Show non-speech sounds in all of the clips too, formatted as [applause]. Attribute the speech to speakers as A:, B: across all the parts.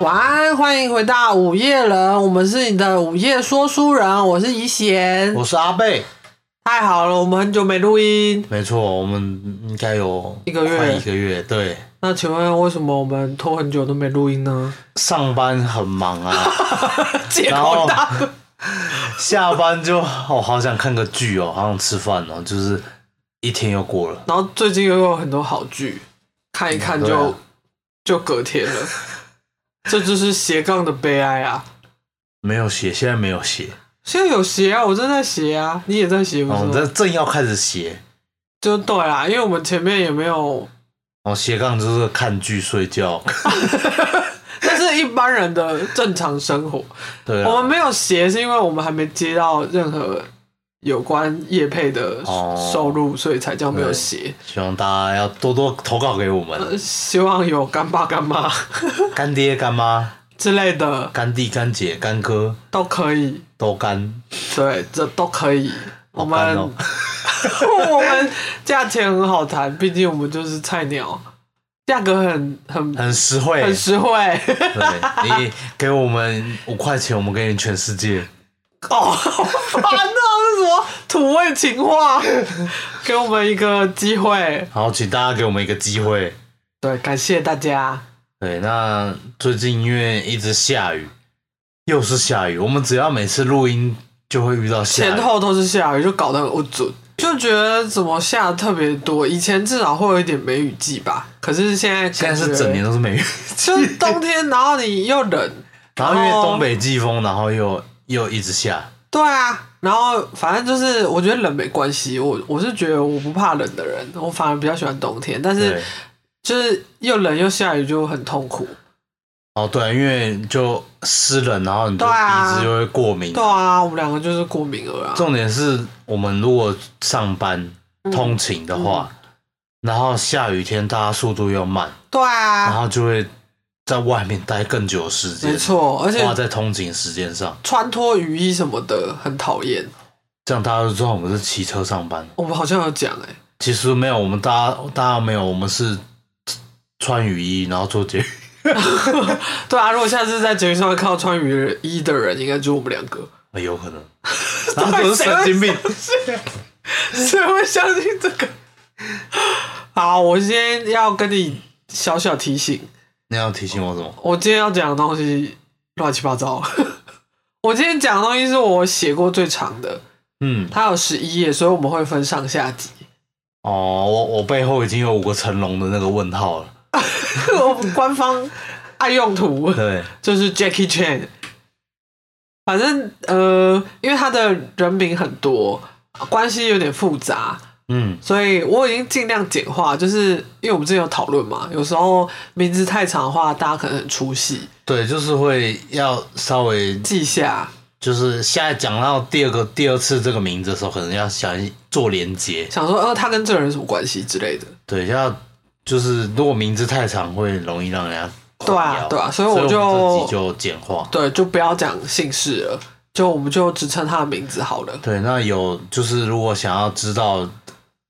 A: 晚安，欢迎回到午夜人，我们是你的午夜说书人，我是怡贤。
B: 我是阿贝，
A: 太好了，我们很久没录音。
B: 没错，我们应该有
A: 一个月
B: 快一个月，对，
A: 那请问为什么我们拖很久都没录音
B: [laughs]
A: 呢？
B: 上班很忙啊，
A: 借
B: 然
A: 口
B: 后
A: 大。
B: 下班就哦，好想看个剧哦，好想吃饭哦，就是一天又过了，
A: 然后最近又有很多好剧，看一看
B: 嗯
A: 就、
B: 对啊
A: 就隔天了。这就是斜杠的悲哀啊！
B: 没有写，现在没有写，
A: 现在有斜啊，我正在斜啊，你也在斜不
B: 然后哦我
A: 是
B: 们
A: 吗？
B: 正正要开始写，
A: 就对啊啦，因为我们前面也没有，
B: 然后哦斜杠就是看剧睡觉，
A: 那是一般人的正常生活。
B: 对
A: 我
B: 啊，
A: 们没有斜，是因为我们还没接到任何有关业配的
B: 哦
A: 收入，所以才叫没有斜。
B: 希望大家要多多投稿给我们，
A: 呃希望有干爸干妈 [laughs]
B: 干爹、干妈、
A: 之类的
B: 干弟、干姐、干哥
A: 都可以，
B: 都干，
A: 对，这都可以。我
B: 好
A: 们、
B: 干哦
A: 我们 [laughs] 价钱很好谈，毕竟我们就是菜鸟，价格很很
B: 很实惠，
A: 很实惠。 [laughs] 哦
B: 对你给我们五块钱，我们给你全世界。
A: 哦，好烦哦，这什么土味情话？给我们一个机会，
B: 好，请大家给我们一个机会。
A: 对，感谢大家。
B: 对，那最近因为一直下雨，又是下雨，我们只要每次录音就会遇到下
A: 前
B: 雨。
A: 后都是下雨，就搞得很不准，就觉得怎么下得特别多。以前至少会有一点梅雨季吧，可是现在
B: 现
A: 感
B: 在
A: 觉
B: 是整年都是梅雨，
A: 就是冬天，然后你又冷，
B: 然后因为
A: 哦
B: 东北季风，然后又又一直下。
A: 对啊，然后反正就是我觉得冷没关系，我我是觉得我不怕冷的人，我反而比较喜欢冬天，但是
B: 对，
A: 就是又冷又下雨就很痛苦。
B: 哦对，因为就湿冷，然后你就
A: 对啊
B: 鼻子就会过敏。
A: 对啊，我们两个就是过敏儿啊，
B: 重点是我们如果上班
A: 嗯
B: 通勤的话，然后下雨天大家速度又慢，
A: 对
B: 然
A: 啊，
B: 后就会在外面待更久的时间，
A: 没，错，而且
B: 花在通勤时间上，
A: 穿脱雨衣什么的很讨厌。
B: 这样大家就知道我们是骑车上班。
A: 我们好像有讲哎、
B: 其实没有，我们大家大家没有，我们是穿雨衣然后做节目。
A: 对啊，如果下次在节目上面看到穿雨衣的人，应该就是我们两个。 [laughs]
B: 哎有可能，然后都是神经病。
A: 谁会相信这个？ [laughs] 好，我今天要跟你小小提醒，
B: 你要提醒我什么？
A: 我今天要讲的东西乱七八糟。 [laughs] 我今天讲的东西是我写过最长的，
B: 嗯，
A: 它有十一页，所以我们会分上下集。 [laughs]
B: 哦，我我背后已经有五个成龙的那个问号了。
A: 我们官方爱用
B: [laughs]
A: 途。
B: 对，
A: 就是 Jackie Chan。反正呃，因为他的人名很多，关系有点复杂，
B: 嗯，
A: 所以我已经尽量简化。就是因为我们之前有讨论嘛，有时候名字太长的话，大家可能很出戏，
B: 对，就是会要稍微，
A: 记下。
B: 就是现在讲到第二个第二次这个名字的时候，可能要想做连接。
A: 想说，呃，他跟这个人有什么关系之类的。
B: 对，要就是如果名字太长，会容易让人家
A: 对啊
B: 混淆
A: 对啊所
B: 所
A: 以我就
B: 们自己就简化。
A: 对，就不要讲姓氏了，就我们就只称他的名字好了。
B: 对，那有就是如果想要知道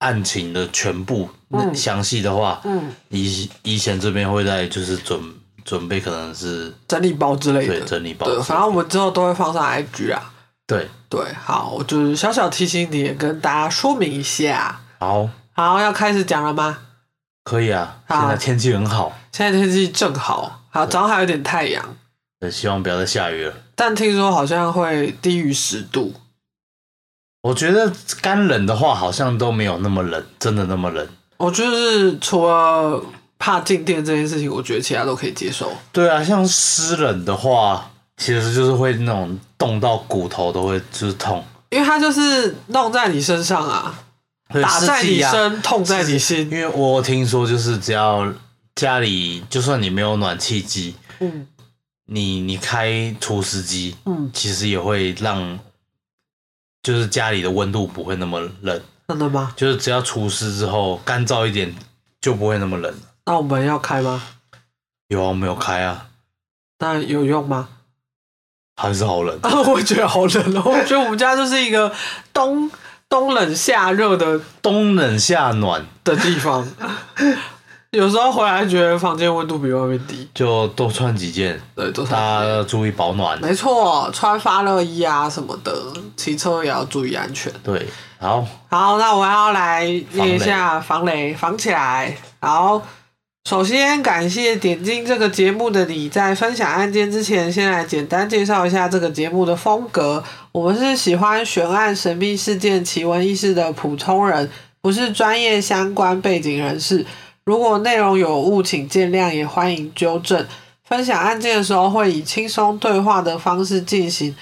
B: 案情的全部那详细的话，
A: 嗯，
B: 以以前这边会在就是准准备可能是
A: 整理包之类
B: 对
A: 的。
B: 整理报
A: 对，
B: 纸
A: 反正我们之后都会放上 IG 啊。
B: 对，
A: 对，好，我就是小小提醒你，也跟大家说明一下。
B: 好，
A: 好，要开始讲了吗？
B: 可以啊，
A: 好
B: 现在天气很好，
A: 现在天气正好，好，早上还有点太阳，
B: 对，希望不要再下雨了。
A: 但听说好像会低于十度。
B: 我觉得干冷的话，好像都没有那么冷，真的那么冷。
A: 我就是除了怕静电这件事情，我觉得其他都可以接受。
B: 对啊，像湿冷的话，其实就是会那种冻到骨头都会就是痛，
A: 因为它就是弄在你身上啊，
B: 会
A: 打在
B: 湿气
A: 你
B: 啊。
A: 身，痛在你
B: 因
A: 心。
B: 为我听说，就是只要家里就算你没有暖气机，
A: 嗯
B: 你你开除湿机，
A: 嗯，
B: 其实也会让就是家里的温度不会那么冷，
A: 真的吗？
B: 就是只要除湿之后干燥一点就不会那么冷了。
A: 那我们要开吗？
B: 有啊，我没有开啊，
A: 那有用吗？ [laughs]
B: 还是好冷。
A: 啊，我觉得好冷哦，我觉得我们家就是一个冬冬冷夏热的
B: 冬冷夏暖，
A: 的地方。 [laughs] 有时候回来觉得房间温度比外面低，
B: 就多穿几件，
A: 对，多
B: 大
A: 少
B: 家
A: 天？
B: 要注意保暖。啊
A: 没错，穿发热衣啊什么的，骑车也要注意安全。
B: 对，好，
A: 好，那我要来念一下防雷，防起来。好，首先感谢点进这个节目的你，在分享案件之前，先来简单介绍一下这个节目的风格。我们是喜欢悬案、神秘事件、奇闻异事的普通人，不是专业相关背景人士。如果内容有误，请见谅，也欢迎纠正。分享案件的时候，会以轻松对话的方式进行，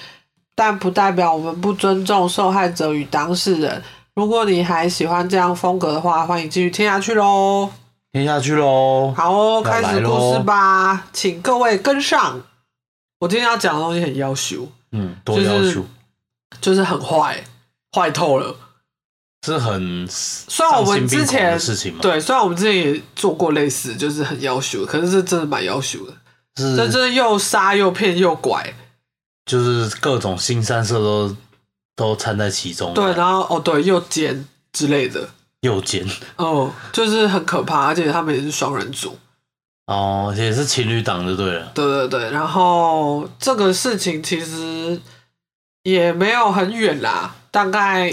A: 但不代表我们不尊重受害者与当事人。如果你还喜欢这样风格的话，欢迎继续听下去喽。
B: 听下去喽。
A: 好哦，
B: 那
A: 开
B: 来
A: 始
B: 咯
A: 故事吧，请各位跟上。我今天要讲的东西很要求，
B: 嗯，多
A: 就是
B: 要求，
A: 就是很坏，坏透了。
B: 是很
A: 虽然我
B: 丧
A: 们
B: 心病
A: 之
B: 狂的
A: 前
B: 事情嘛，
A: 对，虽然我们之前也做过类似，就是很要求，可是这真的蛮要求的，这
B: 是
A: 真的又杀又骗又拐。
B: 就是各种新三色都都掺在其中，啊
A: 对，，然后哦对，又奸之类的，
B: 右肩
A: 哦，就是很可怕，而且他们也是双人组。
B: 哦，也是情侣档就对了，
A: 对对对，然后这个事情其实也没有很远啦，大概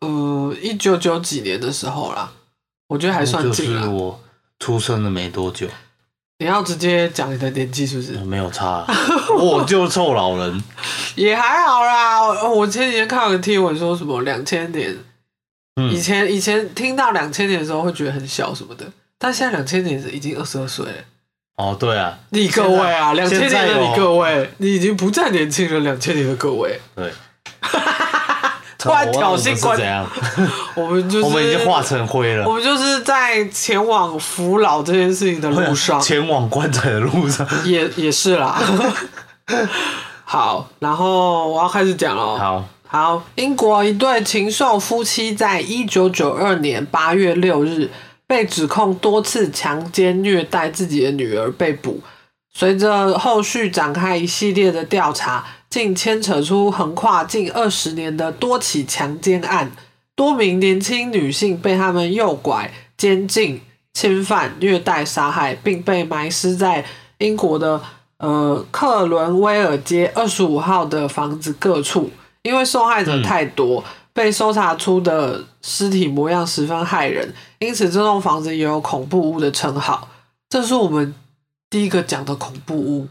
A: 呃一九九几年的时候啦，我觉得还算
B: 就
A: 近啊
B: 是
A: 啦。
B: 我出生的没多久，
A: 你要直接讲你的年纪是不是？
B: 没有差
A: [laughs]
B: 啊，我就臭老人，
A: 也还好啦。我我前几天看了个贴文说什么两千年，以
B: 嗯，
A: 前以前听到两千年的时候会觉得很小什么的，但现在两千年已经二十二岁了。
B: 哦，对啊，
A: 你各位啊，两
B: 现在
A: 千年的
B: 现在有哦
A: 你各位，你已经不再年轻了。两千年的各位，
B: 对，
A: [laughs] 突然
B: 我
A: 挑
B: 忘了我们
A: 衅
B: 是
A: 观
B: 怎样？
A: 我们 [laughs] 就是
B: 我们已经化成灰了
A: 我。们就是在前往扶老这件事情的路上，
B: 前往棺材的路上。
A: 也也是啦。好，然后我要开始讲了。哦
B: 好，
A: 好，英国一对禽兽夫妻在一九九二年八月六日被指控多次强奸虐待自己的女儿被捕。随着后续展开一系列的调查，竟牵扯出横跨近二十年的多起强奸案，多名年轻女性被他们诱拐、监禁、侵犯、虐待、杀害，并被埋尸在英国的呃克伦威尔街二十五号的房子各处。因为受害者
B: 嗯
A: 太多，被搜查出的尸体模样十分骇人，因此这栋房子也有恐怖屋的称号。这是我们第一个讲的恐怖屋。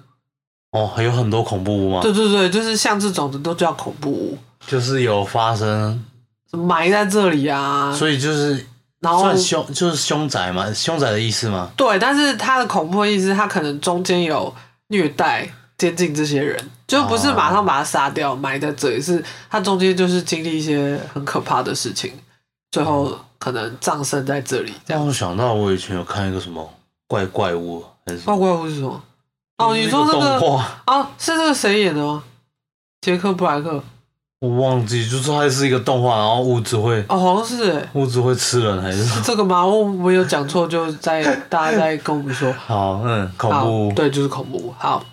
B: 哦，有很多恐怖屋吗？
A: 对对对，就是像这种的都叫恐怖屋，
B: 就是有发生，
A: 什么埋在这里啊。
B: 所以就是
A: 然后
B: 算凶，就是凶宅嘛，凶宅的意思吗？
A: 对，但是他的恐怖的意思，他可能中间有虐待、监禁这些人，就不
B: 哦
A: 是马上把他杀掉、埋在这里，是他中间就是经历一些很可怕的事情，最后可能葬身在这里。这样
B: 让我想到我以前有看一个什么怪怪物，还是
A: 怪怪物是什么？哦，你说
B: 那
A: 那
B: 个
A: 个
B: 动画，
A: 哦，是这个谁演的吗？杰克布莱克
B: 我忘记，就是它是一个动画，然后物质会
A: 哦，好像是哎，
B: 物质会吃
A: [laughs]
B: 人还是什
A: 是
B: 么？
A: 这个吗？我没有讲错，就在大家在跟我们说。
B: 好，嗯， [laughs] 恐
A: 好，
B: 怖屋，
A: 对，就是恐怖屋。好，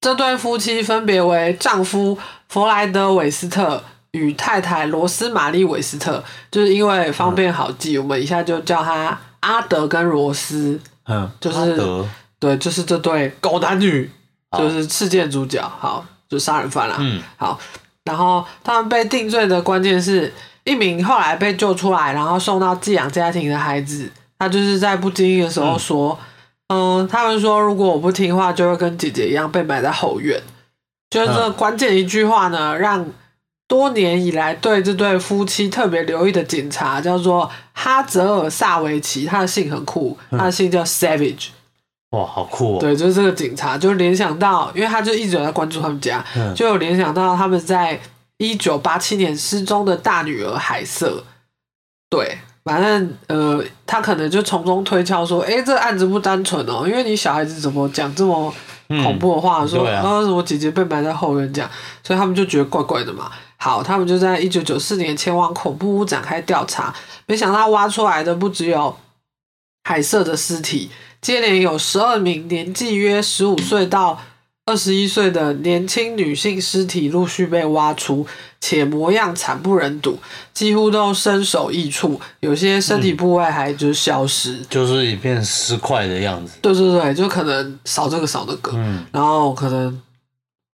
A: 这对夫妻分别为丈夫弗莱德·韦斯特与太太罗斯玛丽·韦斯特，就是因为方便好记，我们一下就叫他阿德跟罗斯。
B: 嗯，
A: 就是啊
B: 阿德，
A: 对，就是这对狗男女，
B: 好
A: 就是事件主角，好，就杀人犯啦。
B: 嗯，
A: 好，然后他们被定罪的关键是一名后来被救出来，然后送到寄养家庭的孩子，他就是在不经意的时候说，嗯、他们说如果我不听话，就会跟姐姐一样被埋在后院。就是这
B: 嗯
A: 关键一句话呢，让多年以来对这对夫妻特别留意的警察叫做哈泽尔·萨维奇，他的姓很酷，他的姓叫 Savage。
B: 哇，好酷哦，
A: 对，就是这个警察，就联想到，因为他就一直有在关注他们家，
B: 嗯
A: 就有联想到他们在一九八七年失踪的大女儿海瑟。对，反正呃，他可能就从中推敲说，诶，这个案子不单纯哦，因为你小孩子怎么讲这么
B: 嗯
A: 恐怖的话，说
B: 对啊
A: 呃什么姐姐被埋在后院这样，所以他们就觉得怪怪的嘛。好，他们就在一九九四年前往恐怖屋展开调查，没想到挖出来的不只有海瑟的尸体，接连有十二名年纪约十五岁到二十一岁的年轻女性尸体陆续被挖出，且模样惨不忍睹，几乎都身首异处，有些身体部位还就是消失。
B: 就是一片尸块的样子。
A: 对对对，就可能少这个少那个，
B: 嗯，
A: 然后可能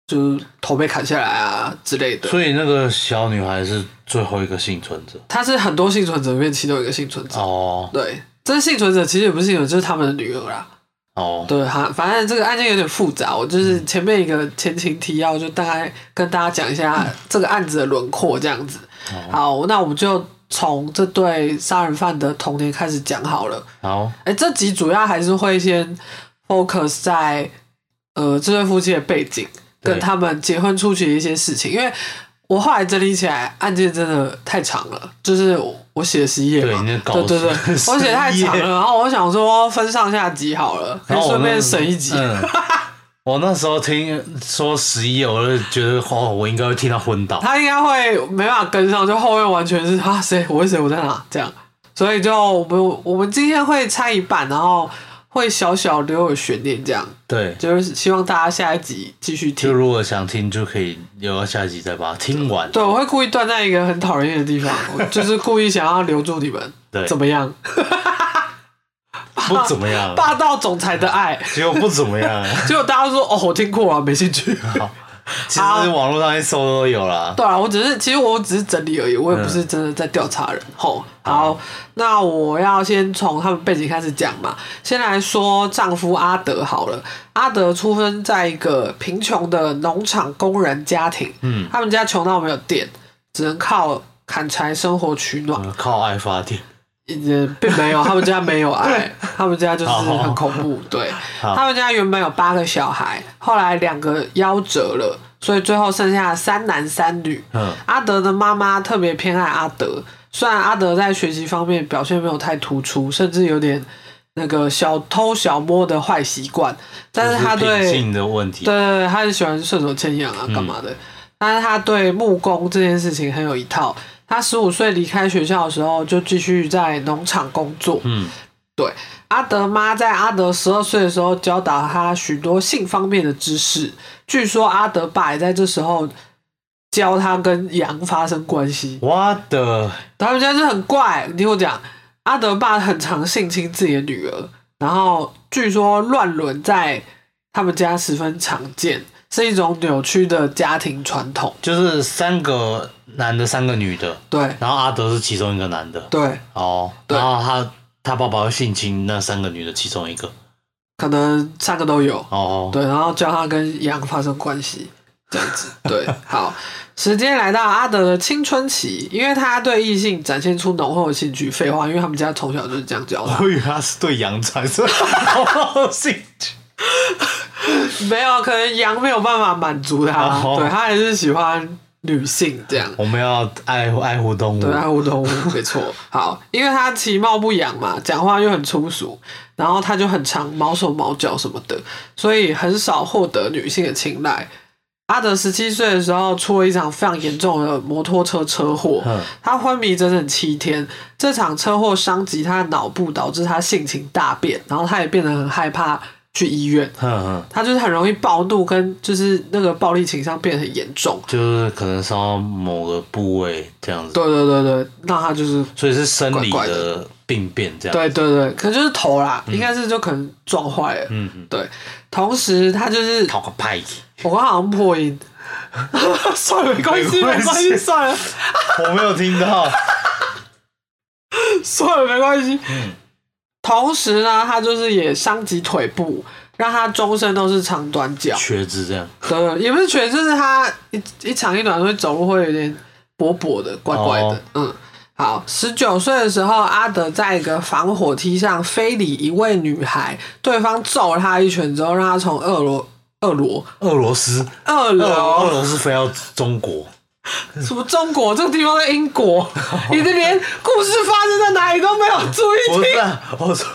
A: 就是头被砍下来啊之类的。
B: 所以那个小女孩是最后一个幸存者。
A: 她是很多幸存者里面其中一个幸存者，
B: 哦
A: 对，这是幸存者其实也不是幸存者，就是他们的女儿啦。
B: 哦，
A: 对，哈，反正这个案件有点复杂，我就是
B: 嗯
A: 前面一个前情提要，就大概跟大家讲一下
B: 嗯
A: 这个案子的轮廓这样子。
B: 哦
A: 好，那我们就从这对杀人犯的童年开始讲好了。
B: 好，
A: 哎、这集主要还是会先 focus 在呃这对夫妻的背景
B: 对
A: 跟他们结婚初期的一些事情，因为我后来整理起来，案件真的太长了，就是我我写了十一页
B: 对
A: 嘛，
B: 你的稿
A: 对对对，
B: [laughs] 是
A: 我写太长
B: 11页
A: 了，然后我想说分上下集好了，可
B: 然
A: 以
B: 后我
A: 顺
B: 那
A: 便省一集。
B: 嗯， [laughs] 我那时候听说十一，我就觉得哦，我应该会听到昏倒。
A: 他应该会没办法跟上，就后面完全是啊谁我是谁我在哪这样，所以就我们我们今天会拆一半，然后会小小留有悬念这样。
B: 对，
A: 就是希望大家下一集继续
B: 就
A: 听。
B: 如果想听，就可以留到下一集再把它听完。
A: 对，我会故意断在一个很讨人厌的
B: [laughs]
A: 地方，我就是故意想要留住你们。
B: 对嗯
A: 怎么样？
B: [laughs] 不怎么 [laughs] 样，
A: 霸道总裁的爱，
B: 结果不怎么 [laughs] 样。
A: 结果大家说哦，我听过啊，没兴趣。
B: 嗯其实网络上面搜都有啦。
A: 对啊，我只是其实我只是整理而已，我也不是真的在调查
B: 嗯
A: 人。吼、好，那我要先从他们背景开始讲嘛。先来说丈夫阿德好了，阿德出生在一个贫穷的农场工人家庭，
B: 嗯，
A: 他们家穷到没有电，只能靠砍柴生活取暖。
B: 呃靠爱发电。
A: 也呃并没有，他们家没有
B: [laughs]
A: 爱，他们家就是很恐怖。对，
B: 好
A: 他们家原本有八个小孩，后来两个夭折了，所以最后剩下三男三女。
B: 嗯
A: 阿德的妈妈特别偏爱阿德，虽然阿德在学习方面表现没有太突出，甚至有点那个小偷小摸的坏习惯，但是他
B: 就是
A: 对
B: 品性的问题。
A: 对对对，他很喜欢顺手牵羊啊，干嘛的？但是他对木工这件事情很有一套。他十五岁离开学校的时候，就继续在农场工作。
B: 嗯，
A: 对，阿德妈在阿德十二岁的时候教导他许多性方面的知识。据说阿德爸也在这时候教他跟羊发生关系。
B: 我的
A: 他们家就很怪，你听我讲，阿德爸很常性侵自己的女儿，然后据说乱伦在他们家十分常见，是一种扭曲的家庭传统。
B: 就是三个男的，三个女的，
A: 对
B: 然后阿德是其中一个男的。
A: 对，
B: 哦，
A: 对
B: 然后他他爸爸会性侵那三个女的其中一个。
A: 可能三个都有。
B: 哦，
A: 对，然后教他跟羊发生关系，这样子。对，好，时间来到阿德的青春期，因为他对异性展现出浓厚的兴趣。废话，因为他们家从小就是这样教他。
B: 我以为他是对羊产生 [laughs] 好兴趣。
A: 没有，啊可能羊没有办法满足他，
B: 哦
A: 对他还是喜欢女性这样。
B: 我们要爱护爱护动物。
A: 对，啊爱护动物，没错。好，因为他其貌不扬嘛，讲话又很粗俗，然后他就很常毛手毛脚什么的，所以很少获得女性的青睐。阿德十七岁的时候出了一场非常严重的摩托车车祸
B: 嗯，
A: 他昏迷整整七天。这场车祸伤及他的脑部，导致他性情大变，然后他也变得很害怕去医院。
B: 哼哼，
A: 他就是很容易暴怒，跟就是那个暴力倾向变得很严重。
B: 就是可能伤到某个部位这样子，
A: 对对对对，那他就是
B: 所以是生理
A: 怪怪
B: 的病变这样。
A: 对对对，可能就是头啦，应该是就可能撞坏了。
B: 嗯嗯，
A: 对，同时他就是
B: 讨个派，
A: 我刚好像破音， [laughs] 算了，没关系，
B: 没
A: 没
B: 关系
A: 关系，算了，
B: 我没有听到。
A: 算了，没关系。
B: 嗯
A: 同时呢，他就是也伤及腿部，让他终身都是长短脚。
B: 瘸子这样，
A: 对，也不是瘸，就是他一一长一短，所以走路会有点跛跛的、怪怪的。
B: 哦
A: 嗯，好，十九岁的时候，阿德在一个防火梯上非礼一位女孩，对方揍了他一拳之后，让他从二楼、二楼、
B: 俄罗斯，
A: 二
B: 俄俄
A: 楼，
B: 罗斯飞到中国，
A: 什么中国这个地方在英
B: [laughs]
A: 国，你的连故事发生在哪里都没有注意
B: 不
A: 听。
B: 是啊、我说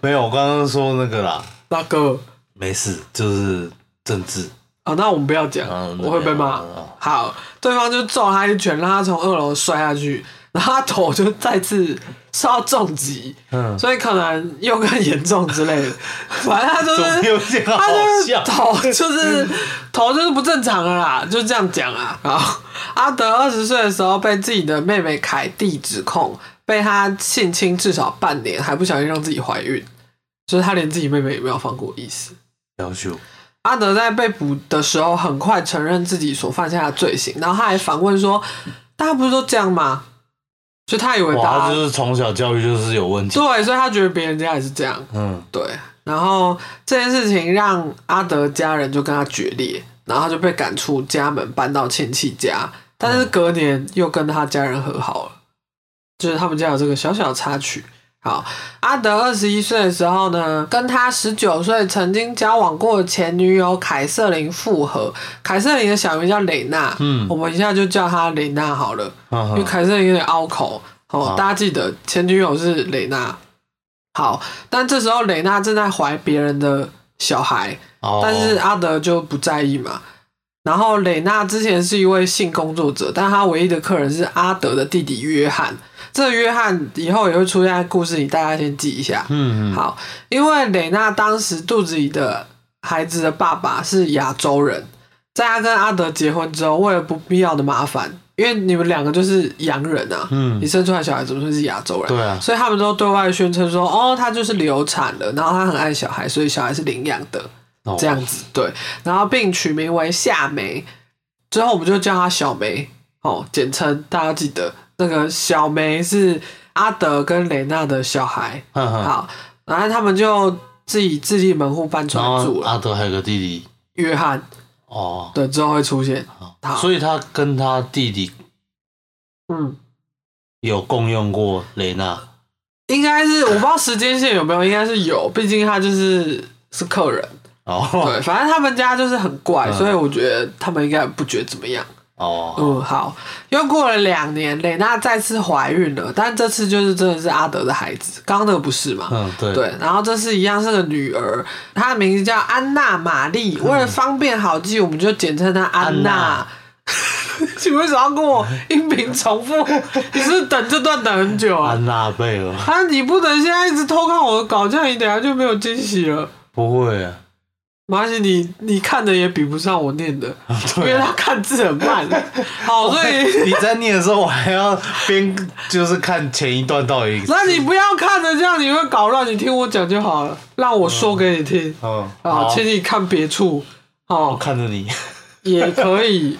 B: 没有，我刚刚说那个啦，
A: 大哥，
B: 没事，就是政治，
A: 啊，那我们不要讲，
B: 嗯
A: 我会被骂
B: 嗯嗯嗯。
A: 好，对方就揍他一拳，让他从二楼摔下去，然后他头就再次受到重击，
B: 嗯，
A: 所以可能又更严重之类的。反正他就
B: 怎么
A: 是
B: 有点好
A: 他就是
B: 笑？
A: 头就是头就是不正常了啦，就这样讲啊。然后阿德二十岁的时候被自己的妹妹凯蒂指控被他性侵至少半年，还不小心让自己怀孕，就是他连自己妹妹也没有放过意思。
B: 要求
A: 阿德在被捕的时候，很快承认自己所犯下的罪行，然后他还反问说：“大家不是都这样吗？”就他以为
B: 哇，
A: 大
B: 他
A: 家
B: 就是从小教育就是有问题。
A: 对，所以他觉得别人家也是这样。
B: 嗯，
A: 对，然后这件事情让阿德家人就跟他决裂，然后他就被赶出家门，搬到亲戚家。但是隔年又跟他家人和好了，就是他们家有这个小小的插曲。好，阿德二十一岁的时候呢，跟他十九岁曾经交往过的前女友凯瑟琳复合。凯瑟琳的小名叫蕾娜，
B: 嗯
A: 我们一下就叫她蕾娜好了，
B: 哈
A: 因为
B: 哈
A: 凯瑟琳有点拗口。哦
B: 好，
A: 大家记得前女友是蕾娜。好，但这时候蕾娜正在怀别人的小孩，
B: 哦
A: 但是阿德就不在意嘛。然后蕾娜之前是一位性工作者，但她唯一的客人是阿德的弟弟约翰。这个约翰以后也会出现在故事里，大家先记一下。
B: 嗯嗯，
A: 好，因为蕾娜当时肚子里的孩子的爸爸是亚洲人，在她跟阿德结婚之后，为了不必要的麻烦，因为你们两个就是洋人啊，
B: 嗯
A: 你生出来小孩怎么会是亚洲人？
B: 对啊
A: 所以他们都对外宣称说，哦，她就是流产了，然后她很爱小孩，所以小孩是领养的
B: 哦
A: 这样子，对，然后并取名为夏梅，之后我们就叫她小梅，哦，简称大家记得那个小梅是阿德跟蕾娜的小孩，
B: 哼哼，
A: 好，然后他们就自己自立门户搬出
B: 然
A: 来
B: 后
A: 住了。
B: 阿德还有个弟弟
A: 约翰
B: 哦，
A: 对之后会出现，
B: 好
A: 好
B: 所以他跟他弟弟
A: 嗯，
B: 有共用过雷娜，
A: 应该是我不知道时间线有没有，应该是有，毕竟他就是是客人，
B: 哦
A: 对，反正他们家就是很怪，
B: 嗯
A: 所以我觉得他们应该不觉得怎么样。
B: 哦，
A: 嗯，好，又过了两年，蕾娜再次怀孕了，但这次就是真的是阿德的孩子，刚刚那个不是嘛？
B: 嗯对，
A: 对，然后这是一样是个女儿，她的名字叫安娜玛丽。为了方便好记，我们就简称她安
B: 嗯安
A: 娜 [laughs]
B: 娜。
A: 你为什么要跟我音频重
B: [laughs]
A: 复？你是不是等这段等很久啊？
B: 安娜贝尔
A: 啊，你不能现在一直偷看我的稿，这样你等下就没有惊喜了。
B: 不会啊，
A: 马西，你你看的也比不上我念的，因为
B: 对啊哦
A: 他看字很慢。好，所
B: [laughs]
A: 以
B: 你在念的时候，我还要边就是看前一段到底，
A: 那你不要看的这样，你会搞乱。你听我讲就好了，让我说给你听。
B: 嗯，
A: 啊，
B: 好，
A: 请你看别处。哦
B: 我，看着你，
A: 也可以。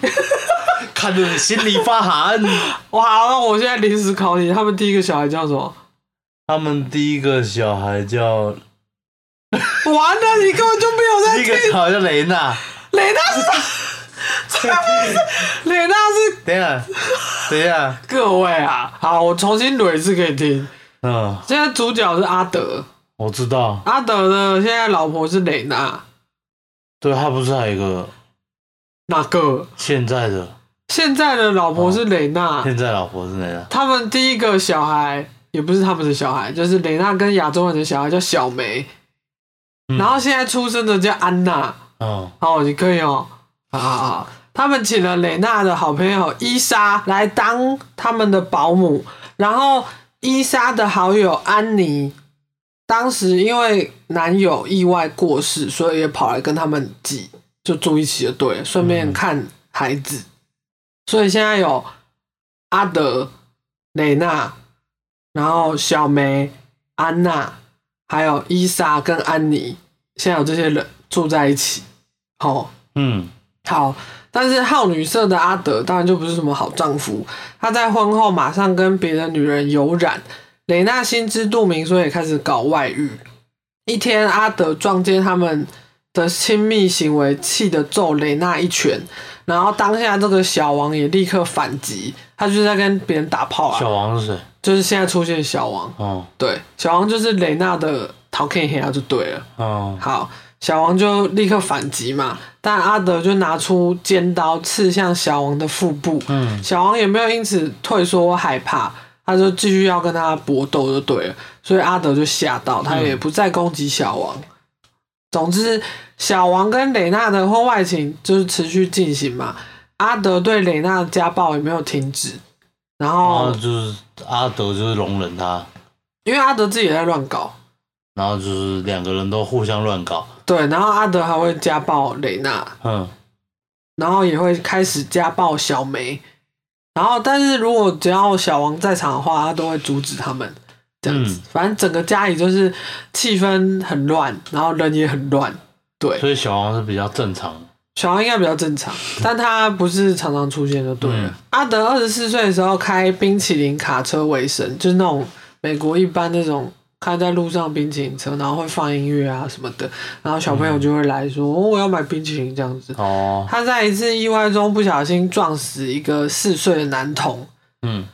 B: 看着你心里发寒。
A: [laughs] 哇，那我现在临时考你，他们第一个小孩叫什么？
B: [laughs] 他们第一个小孩叫
A: 完了，你根本就没有在
B: 第一个
A: 听。
B: 小孩叫雷娜，
A: 蕾娜是，才不是，蕾娜是
B: 等一下，等一下，
A: 各位啊。好，我重新捋一次给你听。
B: 嗯，
A: 现在主角是阿德，
B: 我知道，
A: 阿德呢现在老婆是蕾娜，
B: 对他不是还有一个
A: 哪个？
B: 现在的
A: 现在的老婆是蕾娜，
B: 现在老婆是雷啊娜，
A: 他们第一个小孩也不是他们的小孩，就是蕾娜跟亚洲人的小孩叫小梅，
B: 嗯
A: 然后现在出生的叫安娜。
B: 嗯，
A: 哦，你可以哦，好好好。他们请了蕾娜的好朋友伊莎来当他们的保姆，然后伊莎的好友安妮，当时因为男友意外过世，所以也跑来跟他们挤，就住一起就对了，顺便看孩子。所以现在有阿德、蕾娜，然后小梅、安娜，还有伊莎跟安妮，现在有这些人住在一起。好、
B: 嗯，
A: 好，但是好女色的阿德当然就不是什么好丈夫。他在婚后马上跟别的女人有染，蕾娜心知肚明，所以开始搞外遇。一天，阿德撞见他们的亲密行为，气得揍蕾娜一拳，然后当下这个小王也立刻反击，他就是在跟别人打炮啊
B: 小，王是谁？
A: 就是现在出现小王，
B: 哦，
A: 对，小王就是蕾娜的陶 K 黑啊，就对了。
B: 哦，
A: 好，小王就立刻反击嘛，但阿德就拿出尖刀刺向小王的腹部，
B: 嗯，
A: 小王也没有因此退缩或害怕，他就继续要跟他搏斗就对了，所以阿德就吓到，他也不再攻击小王。总之，小王跟蕾娜的婚外情就是持续进行嘛，阿德对蕾娜的家暴也没有停止，然
B: 然后
A: 后
B: 就是阿德就是容忍他，
A: 因为阿德自己也在乱搞，
B: 然后就是两个人都互相乱搞，
A: 对，然后阿德还会家暴蕾娜，
B: 嗯，
A: 然后也会开始家暴小梅。然后，但是如果只要小王在场的话，他都会阻止他们这样子。
B: 嗯
A: 反正整个家里就是气氛很乱，然后人也很乱。对，
B: 所以小王是比较正常的，
A: 小王应该比较正
B: [laughs]
A: 常，但他不是常常出现就对了。
B: 嗯
A: 阿德二十四岁的时候开冰淇淋卡车为生，就是那种美国一般那种开在路上冰淇淋车，然后会放音乐啊什么的，然后小朋
B: 嗯
A: 友就会来说：“哦，我要买冰淇淋这样子。”
B: 哦，
A: 他在一次意外中不小心撞死一个四岁的男童，
B: 嗯，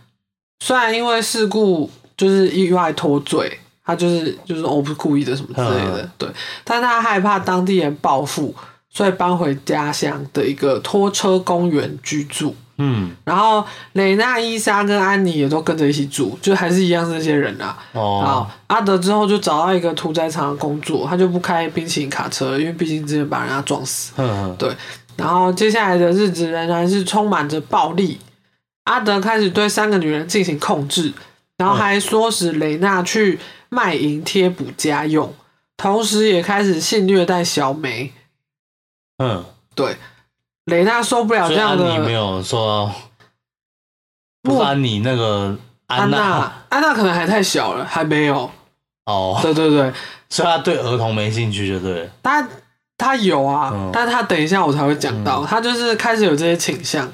A: 虽然因为事故就是意外脱罪，他就是就是哦我不是故意的什么之类的，对，但他害怕当地人报复，所以搬回家乡的一个拖车公园居住。
B: 嗯，
A: 然后蕾娜、伊莎跟安妮也都跟着一起住，就还是一样是那些人啊。好
B: 哦，，
A: 阿德之后就找到一个屠宰场的工作，他就不开冰淇淋卡车了，因为毕竟之前把人家撞死。
B: 嗯，
A: 对，然后接下来的日子仍然是充满着暴力。阿德开始对三个女人进行控制，然后还唆使雷娜去卖淫贴补家用，同时也开始性虐待小梅。
B: 嗯，
A: 对，雷娜受不了这
B: 所以
A: 样
B: 安妮没
A: 的
B: 有说到，不
A: 不
B: 是安妮那个安
A: 安
B: 娜，
A: 娜，安娜可能还太小了，还没有。
B: 哦， [laughs]
A: 对对对，
B: 所以她对儿童没兴趣就对了，
A: 她她有啊，
B: 嗯
A: 但她等一下我才会讲到，她就是开始有这些倾向。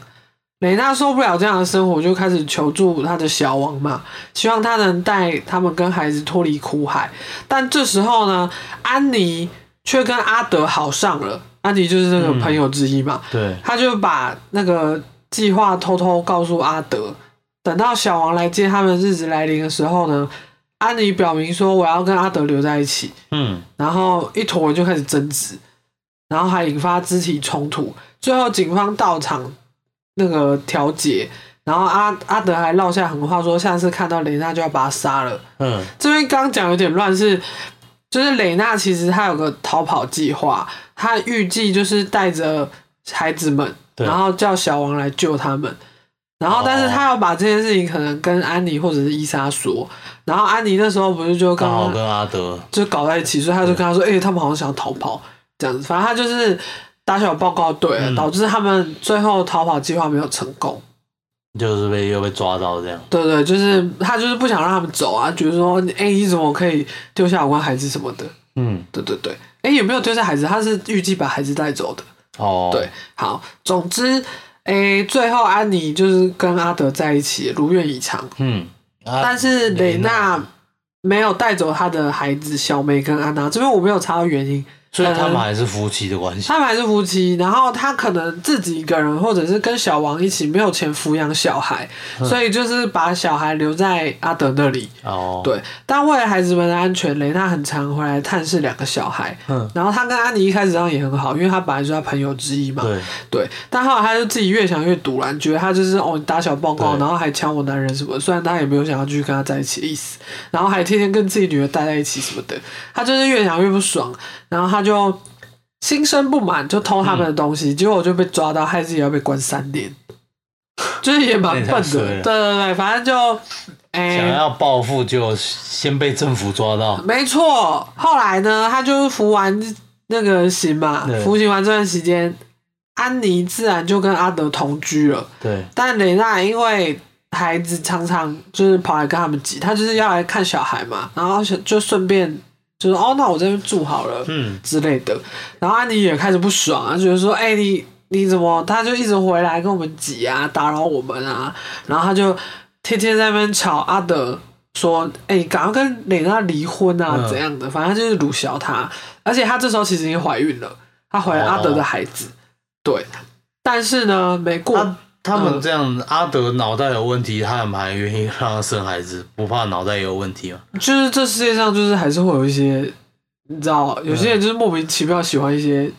A: 雷娜受不了这样的生活，就开始求助她的小王嘛，希望他能带他们跟孩子脱离苦海。但这时候呢，安妮却跟阿德好上了，安妮就是那个朋友之一嘛，
B: 对，
A: 他就把那个计划偷偷告诉阿德。等到小王来接他们日子来临的时候呢，安妮表明说我要跟阿德留在一起，
B: 嗯，
A: 然后一坨人就开始争执，然后还引发肢体冲突。最后警方到场那个调解，然后阿阿德还落下狠话说，下次看到雷娜就要把他杀了。
B: 嗯，
A: 这边刚讲有点乱是，就是蕾娜其实她有个逃跑计划，她预计就是带着孩子们，
B: 对
A: 然后叫小王来救他们。然后，但是
B: 哦
A: 她要把这件事情可能跟安妮或者是伊莎说，然后安妮那时候不是就刚
B: 刚好
A: 刚
B: 跟阿德，
A: 就搞在一起，所以他就
B: 嗯
A: 跟他说：“哎、他们好像想逃跑，这样子。”反正他就是打小报告对了，
B: 嗯
A: 导致他们最后逃跑计划没有成功。
B: 就是被又被抓到这样，
A: 对对，就是他就是不想让他们走啊，觉得说：“哎、你怎么可以丢下我跟孩子什么的
B: 嗯，？”
A: 对对对，哎、也没有丢下孩子，他是预计把孩子带走的。
B: 哦，
A: 对，好，总之，哎、最后安妮就是跟阿德在一起，如愿以偿。
B: 嗯，啊
A: 但是蕾娜没有带走她的孩子小梅跟安娜，这边我没有查到原因。
B: 所以他
A: 呃
B: 们还是夫妻的关系。
A: 他们还是夫妻，然后他可能自己一个人，或者是跟小王一起，没有钱抚养小孩，
B: 嗯
A: 所以就是把小孩留在阿德那里。
B: 哦，，
A: 对，但为了孩子们的安全，雷娜很常回来探视两个小孩。
B: 嗯，
A: 然后他跟安妮一开始上也很好，因为他本来就是他朋友之一嘛。
B: 对，
A: 对，但后来他就自己越想越堵然，觉得他就是哦，你打小报告，
B: 对
A: 然后还抢我男人什么的，虽然他也没有想要继续跟他在一起的意思，然后还天天跟自己女儿待在一起什么的，他就是越想越不爽，然后他就心生不满，就偷他们的东
B: 嗯
A: 西，结果我就被抓到，害自己要被关三
B: [laughs]
A: 年，就是也蛮
B: 那
A: 笨
B: 也太
A: 的，
B: 衰
A: 对对
B: 了
A: 对，反正就，哎、
B: 想要报复就先被政府抓到。
A: 没错，后来呢，他就是服完那个刑嘛
B: 对，
A: 服刑完这段时间，安妮自然就跟阿德同居了。
B: 对，
A: 但蕾娜因为孩子常常就是跑来跟他们挤，她就是要来看小孩嘛，然后就顺便就是哦，那我这边住好了，
B: 嗯，
A: 之类的。然后安妮也开始不爽啊，觉得说，哎、你你怎么？他就一直回来跟我们挤啊，打扰我们啊。然后他就天天在那边吵阿德说，哎、你赶快跟蕾娜离婚啊，
B: 嗯
A: 怎样的？反正就是辱笑他。而且她这时候其实已经怀孕了，她怀了阿德的孩子。对，但是呢，没过。
B: 他他们这样，阿德脑袋有问题，他们还愿意让他生孩子，不怕脑袋有问题吗？
A: 就是这世界上就是还是会有一些，你知道，有些人就是莫名其妙喜欢一些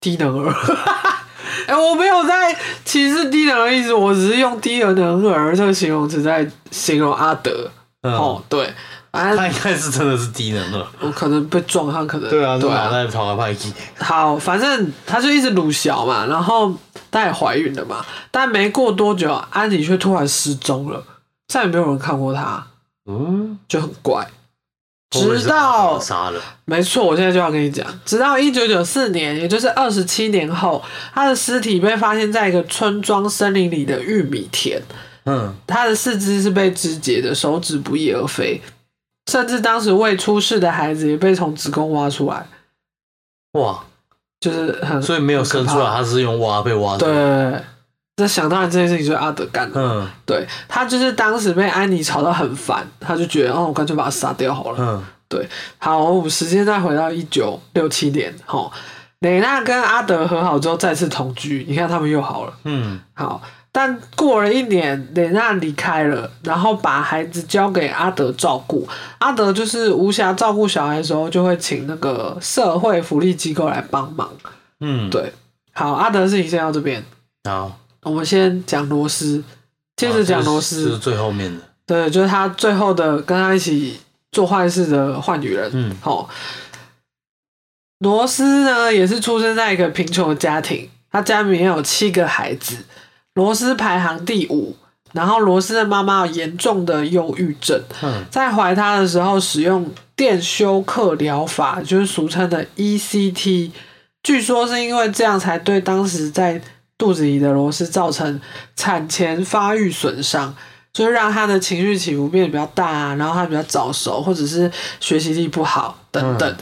A: 低能儿。 [laughs] 哎、我没有在歧视低能儿的意思，我只是用低能儿这个形容词在形容阿德。
B: 嗯，
A: 哦，对，反正
B: [laughs] 他应该是真的是低能儿。
A: 我可能被撞，他可能
B: 对啊，这
A: 对
B: 脑
A: 啊。
B: 袋跑来跑去。
A: 好，反正他就一直鲁小嘛，然后她也怀孕了嘛，但没过多久，安妮却突然失踪了。再也没有人看过他，
B: 嗯，
A: 就很怪。
B: 会不会是
A: 直到
B: 阿童杀了，
A: 没错，我现在就要跟你讲，直到一九九四年，也就是二十七年后，他的尸体被发现在一个村庄森林里的玉米田，
B: 嗯，
A: 他的四肢是被肢解的，手指不翼而飞，甚至当时未出世的孩子也被从子宫挖出来，
B: 哇，
A: 就是很
B: 所以没有生出
A: 很
B: 来，
A: 可怕
B: 他是用挖被挖出来，
A: 对。那想当然这件事情就是阿德干的，
B: 嗯
A: 对他就是当时被安妮吵到很烦，他就觉得哦，我干脆把他杀掉好了。
B: 嗯，
A: 好，我们时间再回到一九六七年，哈，蕾娜跟阿德和好之后再次同居，你看他们又好了。
B: 嗯，
A: 好，但过了一年，蕾娜离开了，然后把孩子交给阿德照顾。阿德就是无暇照顾小孩的时候，就会请那个社会福利机构来帮忙。
B: 嗯，
A: 对，好，阿德的事情先到这边，
B: 好，
A: 我们先讲罗斯，接
B: 好
A: 着讲
B: 啊这
A: 罗
B: 个是这
A: 斯。
B: 是最后面的，
A: 对，就是他最后的跟他一起做坏事的坏女人。
B: 嗯
A: 好，罗斯呢也是出生在一个贫穷的家庭，他家里面有七个孩子，罗斯排行第五。然后罗斯的妈妈有严重的忧郁症，
B: 嗯
A: 在怀他的时候使用电休克疗法，就是俗称的 ECT。据说是因为这样才对当时在肚子里的罗斯造成产前发育损伤，就是让他的情绪起伏变得比较大、啊，然后他比较早熟，或者是学习力不好等等。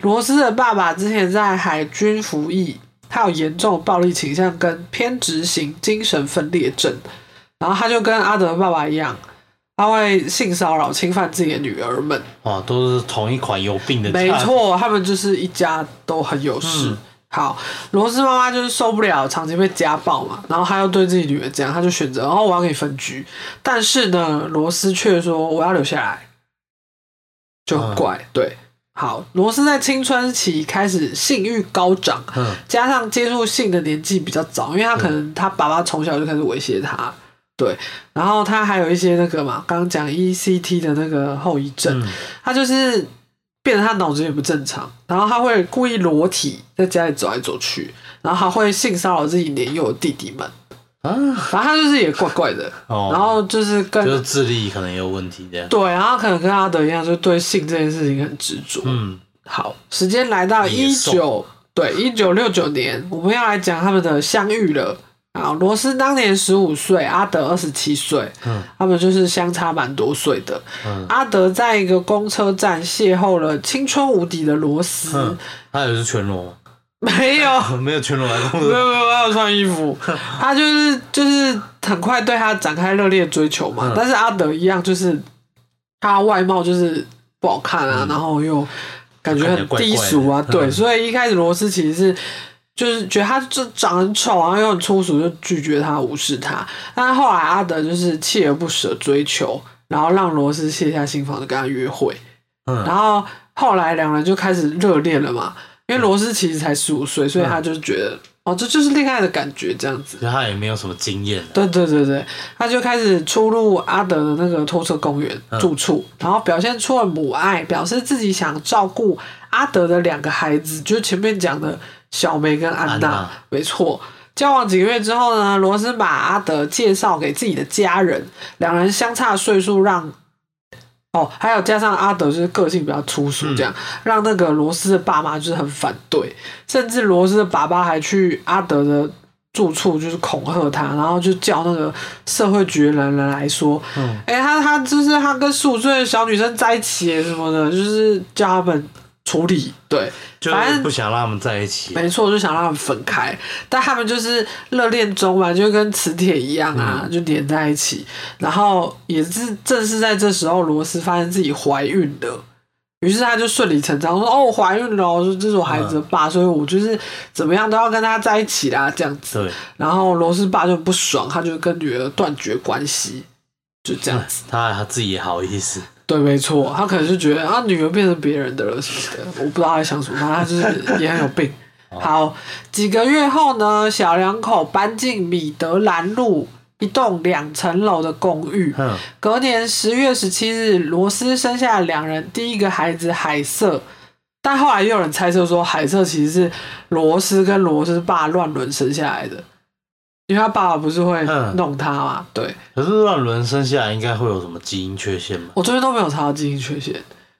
A: 罗斯的爸爸之前在海军服役，他有严重的暴力倾向跟偏执型精神分裂症，然后他就跟阿德的爸爸一样，他会性骚扰、侵犯自己的女儿们。
B: 哇，哦都是同一款有病的，
A: 没，错，他们就是一家都很有事。
B: 嗯
A: 好，罗斯妈妈就是受不了长期被家暴嘛，然后她又对自己女儿这样，她就选择哦，我要跟你分居。但是呢，罗斯却说我要留下来，就很怪。对，好，罗斯在青春期开始性欲高涨，
B: 嗯
A: 加上接触性的年纪比较早，因为他可能他爸爸从小就开始威胁他，对，然后他还有一些那个嘛，刚刚讲 ECT 的那个后遗症，
B: 嗯
A: 他就是变得他脑子也不正常，然后他会故意裸体在家里走来走去，然后他会性骚扰自己年幼的弟弟们，
B: 啊，
A: 反正他就是也怪怪的，
B: 哦，
A: 然后就是跟、
B: 就是智力可能也有问题这样，
A: 对，然后可能跟阿德一样，就对性这件事情很执着，
B: 嗯，
A: 好，时间来到
B: 野
A: 一
B: 兽
A: 九对一九六九年，我们要来讲他们的相遇了。啊，罗斯当年十五岁，阿德二十七岁，
B: 嗯，
A: 他们就是相差蛮多岁的。
B: 嗯
A: 阿德在一个公车站邂逅了青春无敌的罗斯，
B: 嗯，他也是全裸吗？啊
A: 没有，
B: 没有全裸来工
A: 没
B: 作，
A: 有没有，他有穿衣
B: [laughs]
A: 服，他就是就是很快对他展开热烈追求嘛。
B: 嗯
A: 但是阿德一样，就是他外貌就是不好看
B: 嗯
A: 啊，然后又感觉很低俗啊，
B: 感觉怪怪的
A: 对，
B: 嗯
A: 所以一开始罗斯其实是。就是觉得他这长得很丑啊，然后又很粗俗，就拒绝他，无视他。但是后来阿德就是锲而不舍追求，然后让罗斯卸下心防的跟他约会。
B: 嗯
A: 然后后来两人就开始热恋了嘛，因为罗斯其实才十五岁，所以他就觉得、哦，这就是恋爱的感觉这样子。
B: 可是他也没有什么经验啊，
A: 对对对对，他就开始出入阿德的那个拖车公园
B: 嗯
A: 住处，然后表现出了母爱，表示自己想照顾阿德的两个孩子，就是前面讲的小梅跟安
B: 安
A: 娜，
B: 娜
A: 没错。交往几个月之后呢，罗斯把阿德介绍给自己的家人，两人相差岁数让。哦，还有加上阿德就是个性比较粗俗，这样、让那个罗斯的爸妈就是很反对，甚至罗斯的爸爸还去阿德的住处就是恐吓他，然后就叫那个社会局的人来说，
B: 嗯
A: 哎、他他就是他跟十五岁的小女生在一起什么的，就是叫他们处理，对，
B: 就
A: 反
B: 是
A: 正
B: 不想让他们在一起，啊
A: 没错，就想让他们分开，但他们就是热恋中嘛，就跟磁铁一样啊，就连在一起。然后也是正是在这时候，罗斯发现自己怀孕了，于是他就顺理成章说：“哦，我怀孕了哦，说这是我孩子的爸，所以我就是怎么样都要跟他在一起啦，这样子。”
B: 对，
A: 然后罗斯爸就很不爽，他就跟女儿断绝关系，就这样子。
B: 他他自己也好意思，
A: 对，没错，他可能是觉得啊，女儿变成别人的了什么的，我不知道他在想什么，他就是也 [laughs] 很有病。好，几个月后呢，小两口搬进米德兰路一栋两层楼的公寓。
B: 嗯
A: 隔年十月十七日，罗斯生下了两人第一个孩子海瑟，但后来又有人猜测说，海瑟其实是罗斯跟罗斯爸乱伦生下来的。因为他爸爸不是会
B: 嗯
A: 弄他嘛？对
B: 可是乱伦生下来应该会有什么基因缺陷吧？
A: 我这边都没有查到基因缺陷，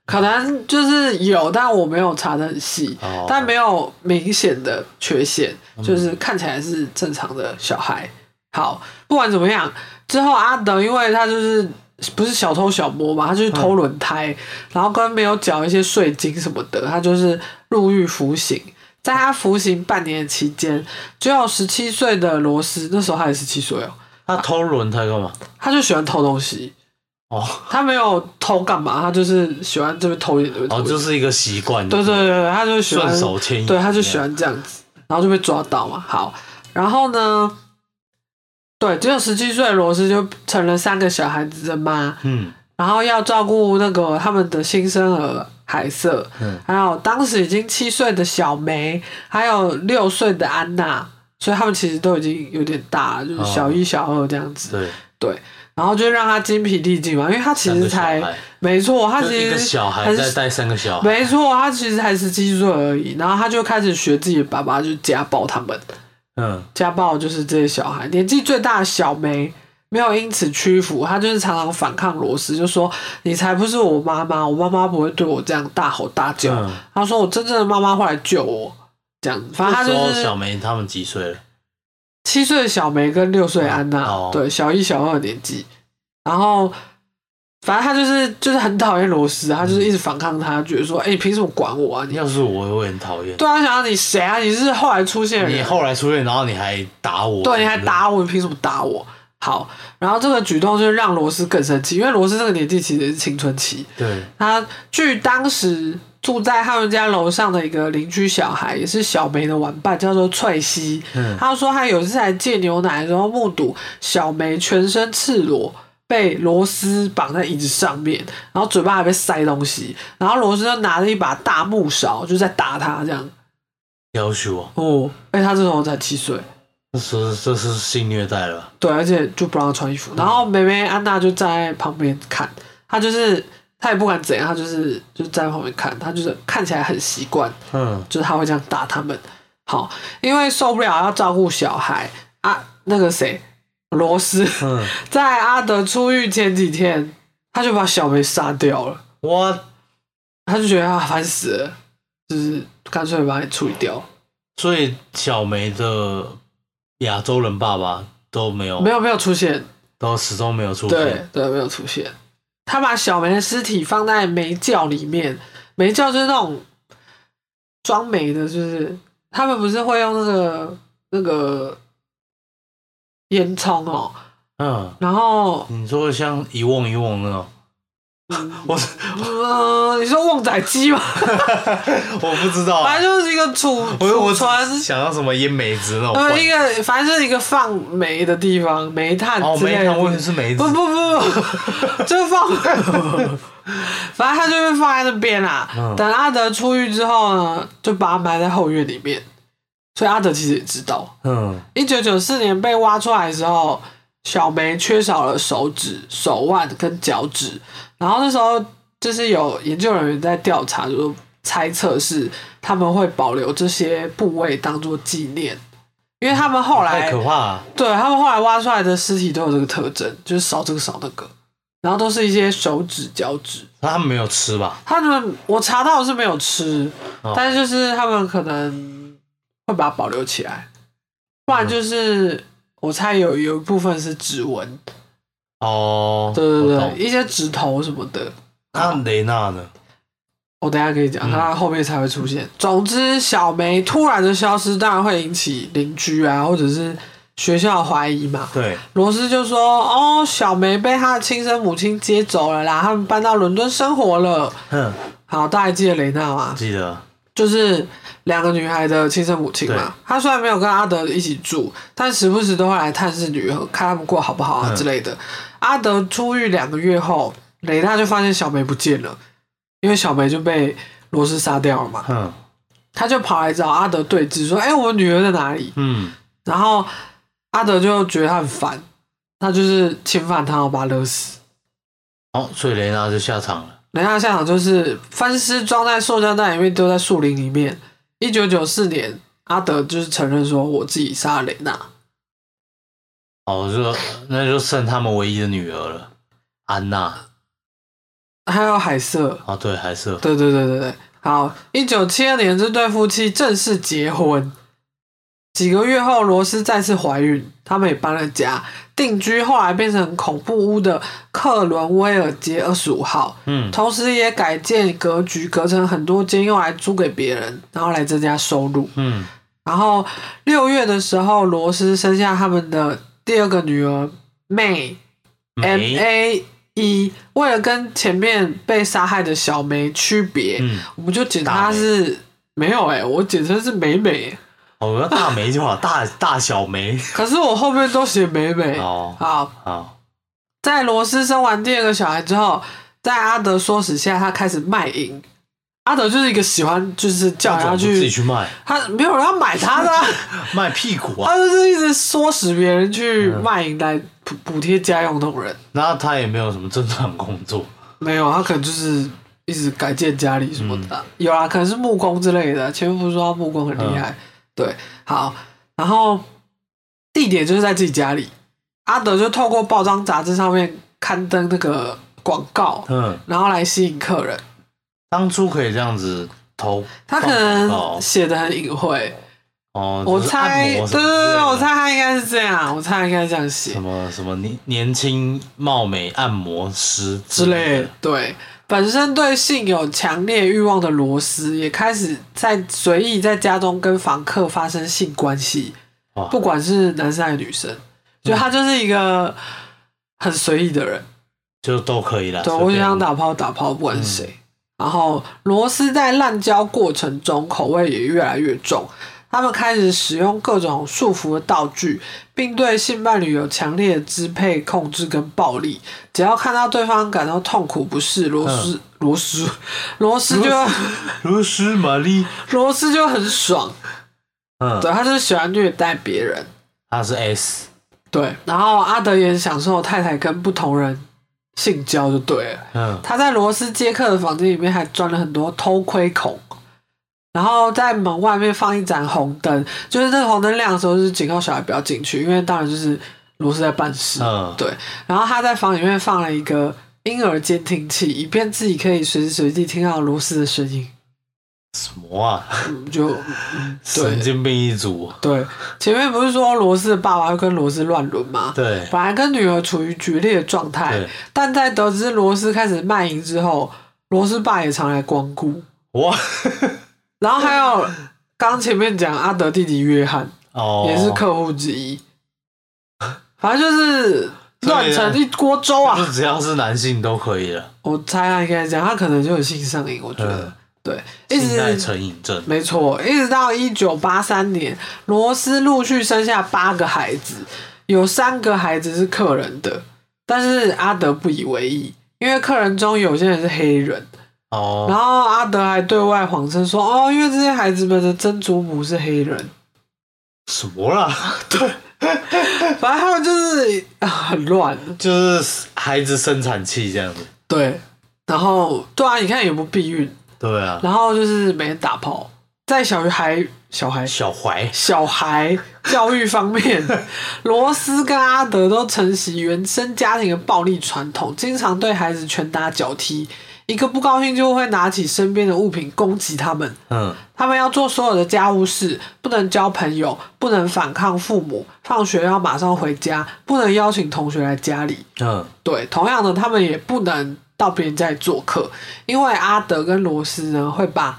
A: 可能就是有，但我没有查的很细，
B: 哦
A: 但没有明显的缺陷，就是看起来是正常的小孩。好，不管怎么样，之后阿德因为他就是不是小偷小摸嘛，他就是偷轮胎，然后跟没有缴一些税金什么的，他就是入狱服刑。在他服刑半年的期间，只有十七岁的罗斯，那时候他也十七岁哦，
B: 他偷轮胎干嘛？
A: 他就喜欢偷东西，
B: 哦，
A: 他没有偷干嘛，他就是喜欢这边偷一点，这边偷
B: 哦，
A: 一点。
B: 就是一个习惯，
A: 对对对对，他就喜欢
B: 顺手牵引
A: 对，他就喜欢这样子，然后就被抓到嘛。好，然后呢，对，只有十七岁的罗斯就成了三个小孩子的妈，
B: 嗯
A: 然后要照顾那个他们的新生儿海瑟，
B: 嗯
A: 还有当时已经七岁的小梅，还有六岁的安娜，所以他们其实都已经有点大了，
B: 哦
A: 就是小一、小二这样子。
B: 对，
A: 对，然后就让他精疲力尽嘛，因为他其
B: 三
A: 实
B: 个小
A: 才
B: 孩
A: 没错，他
B: 就
A: 其
B: 一
A: 实
B: 个小
A: 还
B: 孩
A: 是
B: 在带三个小孩，
A: 没错，他其实才十七岁而已，呃然后他就开始学自己的爸爸，就是家暴他们，
B: 嗯，
A: 家暴就是这些小孩。年纪最大的小梅没有因此屈服，她就是常常反抗罗斯，就说：“你才不是我妈妈，我妈妈不会对我这样大吼大叫。
B: 嗯
A: 她说：“我真正的妈妈会来救我。”这样，反正她
B: 那时候
A: 就是
B: 小梅他们几岁了？
A: 七岁的小梅跟六岁的安娜，
B: 哦
A: 对，小一、小二的年纪。然后，反正他就是就是很讨厌罗斯，他
B: 嗯
A: 就是一直反抗他，觉得说：“哎、你凭什么管我啊？你
B: 要是我，我会很讨厌。
A: 对啊，想要你谁啊？你是后来出现的
B: 你
A: 人，
B: 后来出现，然后你还打我，
A: 对，你还打我，你凭什么打我？好，然后这个举动就让罗斯更生气，因为罗斯这个年纪其实也是青春期。
B: 对，
A: 他据当时住在他们家楼上的一个邻居小孩，也是小梅的玩伴，叫做翠西。
B: 嗯
A: 他说他有一次来借牛奶的时候，目睹小梅全身赤裸。被罗斯绑在椅子上面，然后嘴巴还被塞东西，然后罗斯就拿着一把大木勺，就在打他这样。
B: 要求我，
A: 哦，而且他这时候才七岁，
B: 这是这是性虐待了吧，
A: 对，而且就不让他穿衣服。然后妹妹安娜就站在旁边看，她就是她也不敢怎样，她就是就站在旁边看，她就是看起来很习惯，
B: 嗯，
A: 就是她会这样打他们。好，因为受不了要照顾小孩啊，那个谁罗斯
B: 嗯
A: 在阿德出狱前几天，他就把小梅杀掉了，
B: 我
A: 他就觉得他啊烦死了，就是干脆把你处理掉。
B: 所以小梅的亚洲人爸爸都没有，
A: 没有没有出现，
B: 都始终没有出
A: 对
B: 哦现，
A: 对，没有出现。他把小梅的尸体放在煤窖里面，煤窖就是那种装煤的，就是他们不是会用那个那个烟囱哦，
B: 嗯，
A: 然后
B: 你说像一瓮一瓮那种，
A: 嗯
B: [laughs] 我
A: 呃，你说旺仔鸡嘛，
B: 我不知道啊，
A: [laughs] 反正就是一个储 [laughs]
B: 我我
A: 储
B: [laughs]
A: 存，
B: 想到什么烟梅子那种罐
A: 呃，一个反正就是一个放煤的地方，煤炭
B: 哦，
A: 之类
B: 没
A: 的
B: 看，我以为是梅子
A: 不，不不不，就放，反正他就被放在那边啦、
B: 嗯
A: 等阿德出狱之后呢，就把他埋在后院里面。所以阿德其实也知道，
B: 嗯，
A: 哦一九九四年被挖出来的时候，小梅缺少了手指、手腕跟脚趾。然后那时候就是有研究人员在调查，就是猜测是他们会保留这些部位当做纪念，因为他们后来
B: 哦太可怕啊了，
A: 对他们后来挖出来的尸体都有这个特征，就是少这个少那个，然后都是一些手指、脚趾。
B: 他们没有吃吧？
A: 他们我查到的是没有吃，
B: 哦
A: 但是就是他们可能会把它保留起来，不然就是、我猜有有一部分是指纹，
B: 哦，
A: 对对
B: 我
A: 对，
B: 懂
A: 一些指头什么的。
B: 那雷娜呢？
A: 我等一下跟你
B: 嗯
A: 讲，它后面才会出现。总之，小梅突然的消失，当然会引起邻居啊，或者是学校的怀疑嘛。
B: 对，
A: 罗斯就说：“哦，小梅被她的亲生母亲接走了啦，他们搬到伦敦生活了。
B: 哼，
A: 好，大家还记得雷娜吗？
B: 记得，
A: 就是两个女孩的亲生母亲
B: 对
A: 嘛。她虽然没有跟阿德一起住，但时不时都会来探视女儿，看他们过好不好啊
B: 嗯
A: 之类的。阿德出狱两个月后，雷娜就发现小梅不见了，因为小梅就被罗斯杀掉了嘛。
B: 哼，
A: 她就跑来找阿德对峙，说：‘哎、我女儿在哪里？’
B: 嗯，
A: 然后阿德就觉得他很烦，他就是侵犯他，要把他勒死。
B: 哦，所以雷娜就下场了。
A: 雷纳下场就是分尸装在塑胶袋里面，丢在树林里面。一九九四年，阿德就是承认说我自己杀了雷娜，
B: 哦，就那就剩他们唯一的女儿了，安娜。
A: 还有海瑟，
B: 哦，对，还是
A: 对对对对对。好，一九七二年这对夫妻正式结婚。几个月后，罗斯再次怀孕，他们也搬了家，定居，后来变成恐怖屋的克伦威尔街二十五号，
B: 嗯，
A: 同时也改建格局，隔成很多间，用来租给别人，然后来增加收入。
B: 嗯，
A: 然后六月的时候，罗斯生下他们的第二个女儿 May M
B: 梅，
A: A E。为了跟前面被杀害的小梅区别，
B: 嗯，
A: 我们就简称
B: 大
A: 她
B: 梅
A: 是没有哎、我简称是美美、
B: 哦，要大梅就好，大 [laughs] 大小梅。
A: 可是我后面都写美美。
B: 哦，
A: 好，
B: 好，
A: 在罗斯生完第二个小孩之后，在阿德唆使下，他开始卖淫。阿德就是一个喜欢，就是叫人
B: 那
A: 家
B: 怎么不自己
A: 去，
B: 去卖，
A: 他没有人要买他的啊、
B: 卖屁股啊
A: 他。就是一直唆使别人去
B: 嗯
A: 卖淫来补补贴家用那种人。
B: 那他也没有什么正常工作，
A: 没有，他可能就是一直改建家里什么的。
B: 嗯
A: 有啊，可能是木工之类的。前面不是说他木工很厉
B: 嗯
A: 害？对，好，然后地点就是在自己家里。阿德就透过报章杂志上面刊登那个广告，
B: 嗯，
A: 然后来吸引客人。
B: 当初可以这样子投，
A: 他可能写的很隐晦，
B: 哦，
A: 我
B: 就是按
A: 猜，对
B: 摩
A: 对
B: 什么之类
A: 对，
B: 的
A: 我猜他应该是这样，我猜他应该这样写。
B: 什么什么年年轻貌美按摩师
A: 之类
B: 的
A: 的，。对，本身对性有强烈欲望的罗斯，也开始在随意在家中跟房客发生性关系
B: 哇，
A: 不管是男生还是女生，就他就是一个很随意的人。
B: 就都可以啦。
A: 对
B: 随
A: 我就
B: 便
A: 想打炮打炮，不管是谁。然后罗斯在滥交过程中口味也越来越重，他们开始使用各种束缚的道具，并对性伴侣有强烈的支配、控制跟暴力。只要看到对方感到痛苦不适，罗斯、罗 [laughs] 斯罗斯就 [laughs]
B: 如斯玛丽，
A: 罗斯就很爽，
B: 嗯，
A: 对，他就是喜欢虐待别人。
B: 他是 S，
A: 对，然后阿德也享受太太跟不同人性交就对了。
B: 嗯，
A: 他在罗斯接客的房间里面还装了很多偷窥孔，然后在门外面放一盏红灯，就是那个红灯亮的时候，就是警告小孩不要进去，因为当然就是罗斯在办事。
B: 嗯
A: 对，然后他在房里面放了一个婴儿监听器，以便自己可以随时随地听到罗斯的声音。
B: 什么啊？
A: 嗯就
B: 神经病一族，啊
A: 对，前面不是说罗斯的爸爸会跟罗斯乱伦吗？
B: 对，
A: 本来跟女儿处于决裂的状态
B: 对，
A: 但在得知罗斯开始卖淫之后，罗斯爸也常来光顾。
B: 哇，
A: 然后还有刚前面讲阿德弟弟约翰
B: 哦，
A: [laughs] 也是客户之一，反正就是乱成一锅粥啊
B: 就！只要是男性都可以了，
A: 我猜他应该这样，他可能就有性上瘾，我觉得
B: 嗯，
A: 对，一
B: 性爱
A: 直
B: 成瘾症，
A: 没错，一直到一九八三年，罗斯陆续生下八个孩子，有三个孩子是客人的，但是阿德不以为意，因为客人中有些人是黑人。然
B: 哦，
A: 后阿德还对外谎称说：“哦，因为这些孩子们的曾祖母是黑人。”
B: 什么啦？
A: [laughs] 反正他们就是啊很乱，
B: 就是孩子生产器这样子，
A: 对。然后对啊，你看也不避孕，
B: 对啊，
A: 然后就是每天打炮，在小孩小孩
B: 小怀，
A: 小孩教育方面，罗斯跟阿德都承袭原生家庭的暴力传统，经常对孩子拳打脚踢，一个不高兴就会拿起身边的物品攻击他们。
B: 嗯，
A: 他们要做所有的家务事，不能交朋友，不能反抗父母，放学要马上回家，不能邀请同学来家里。
B: 嗯，
A: 对，同样的，他们也不能到别人家里做客，因为阿德跟罗斯呢会把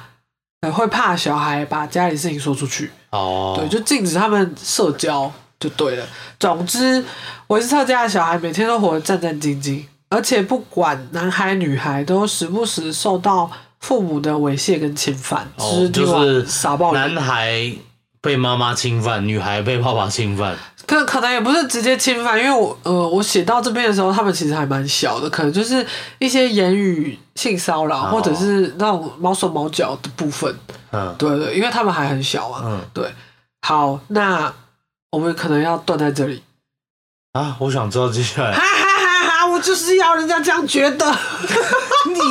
A: 呃会怕小孩把家里事情说出去，
B: 哦，
A: 对，就禁止他们社交就对了。总之，维斯特家的小孩每天都活得战战兢兢，而且不管男孩女孩，都时不时受到父母的猥亵跟侵犯，
B: 哦，
A: 肢体
B: 就是
A: 傻暴力
B: 男。孩被妈妈侵犯，女孩被爸爸侵犯，
A: 可可能也不是直接侵犯，因为我呃，我写到这边的时候，他们其实还蛮小的，可能就是一些言语性骚扰，
B: 哦
A: 或者是那种毛手毛脚的部分。
B: 嗯，
A: 对对，因为他们还很小啊。
B: 嗯
A: 对，好，那我们可能要断在这里。
B: 啊，我想知道接下来 [laughs]
A: 哈哈哈哈！我就是要人家这样觉得，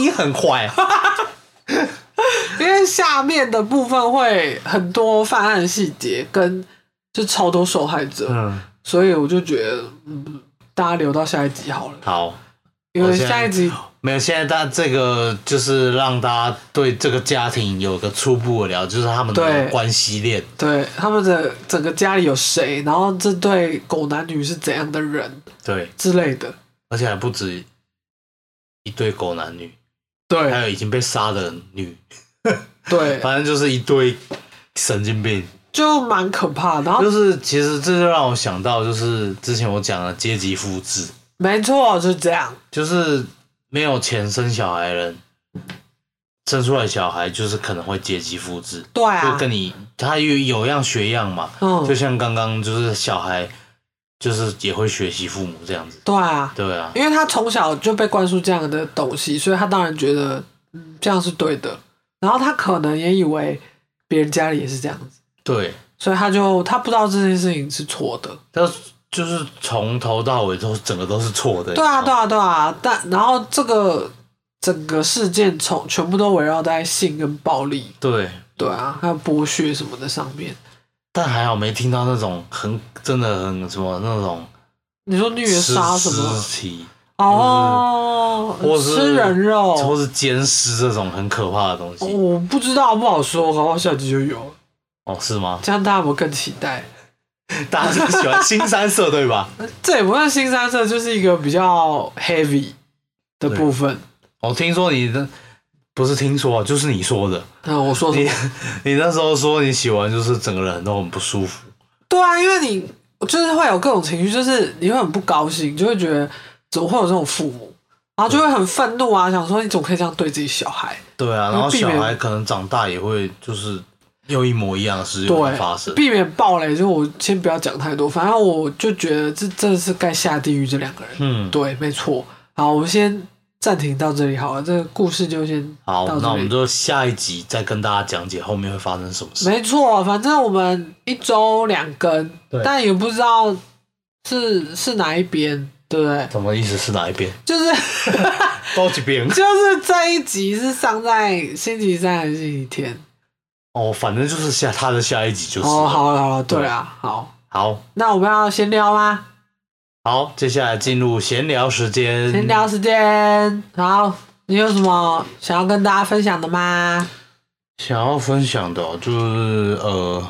B: 你很坏，
A: 因为下面的部分会很多犯案细节跟就超多受害者，
B: 嗯，
A: 所以我就觉得，嗯，大家留到下一集好了，
B: 好，
A: 因为
B: 我现在
A: 下一集
B: 没有，现在大这个就是让大家对这个家庭有个初步的了解，就是他们
A: 对
B: 的关系链。
A: 对他们的整个家里有谁，然后这对狗男女是怎样的人
B: 对，
A: 之类的。
B: 而且还不止一对狗男女，
A: 对
B: 还有已经被杀的女，
A: 对，
B: 反正就是一堆神经病。
A: 就蛮可怕的。然后
B: 就是其实这就让我想到，就是之前我讲的阶级复制，
A: 没错，就是这样。
B: 就是没有钱生小孩的人，生出来小孩就是可能会阶级复制，
A: 对
B: 就
A: 啊，
B: 跟你他有有样学样嘛。
A: 嗯
B: 就，像刚刚就是小孩，就是也会学习父母这样子，
A: 对啊，
B: 对啊，
A: 因为他从小就被灌输这样的东西，所以他当然觉得嗯这样是对的。然后他可能也以为别人家里也是这样子，
B: 对，
A: 所以他就他不知道这件事情是错的。
B: 但是就是从头到尾都整个都是错的，
A: 对啊，
B: 你知
A: 对
B: 道吗
A: 啊，对啊。但然后这个整个事件从全部都围绕在性跟暴力，
B: 对，
A: 对
B: 嗯
A: 啊，还有剥削什么的上面。
B: 但还好没听到那种很真的很什么那种
A: 你说虐杀什
B: 吃
A: 么？
B: 尸体，
A: 哦，
B: 或是
A: 吃人肉，
B: 或是奸尸这种很可怕的东西，
A: 我不知道，不好说，搞不好下集就有，
B: 哦，是吗？ [laughs]
A: 这样大家有没有更期待？
B: 大家就喜欢新三色对
A: [laughs]
B: 吧？
A: 这也不算新三色，就是一个比较 heavy 的部分。
B: 我听说你的不是听说啊，就是你说的，
A: 那我说什么？
B: 你那时候说你喜欢就是整个人都很不舒服，
A: 对啊，因为你就是会有各种情绪，就是你会很不高兴，就会觉得怎么会有这种父母，然后就会很愤怒啊，想说你怎么可以这样对自己小孩？
B: 对啊，
A: 因为
B: 然后
A: 避
B: 小
A: 免
B: 孩可能长大也会就是又一模一样的事情会发生
A: 对，。避免暴雷，就我先不要讲太多，反正我就觉得这真的是该下地狱这两个人。
B: 嗯，
A: 对，没错。好，我们先暂停到这里好了，这个故事就先
B: 好
A: 到，
B: 那
A: 这
B: 我们
A: 里。
B: 就下一集再跟大家讲解后面会发生什么事。
A: 没错，反正我们一周两更
B: 对，
A: 但也不知道是是哪一边，对不对？
B: 什么意思是哪一边？
A: 就是 [laughs]
B: 多几边 [laughs]
A: 就是这一集是上在星期三还是星期天？
B: 哦，反正就是下他的下一集就是
A: 哦，
B: 了。
A: 好了好了，对啊，好，
B: 好
A: 那我们要闲聊吗？
B: 好，接下来进入闲聊时间。
A: 闲聊时间，好，你有什么想要跟大家分享的吗？
B: 想要分享的哦、就是呃，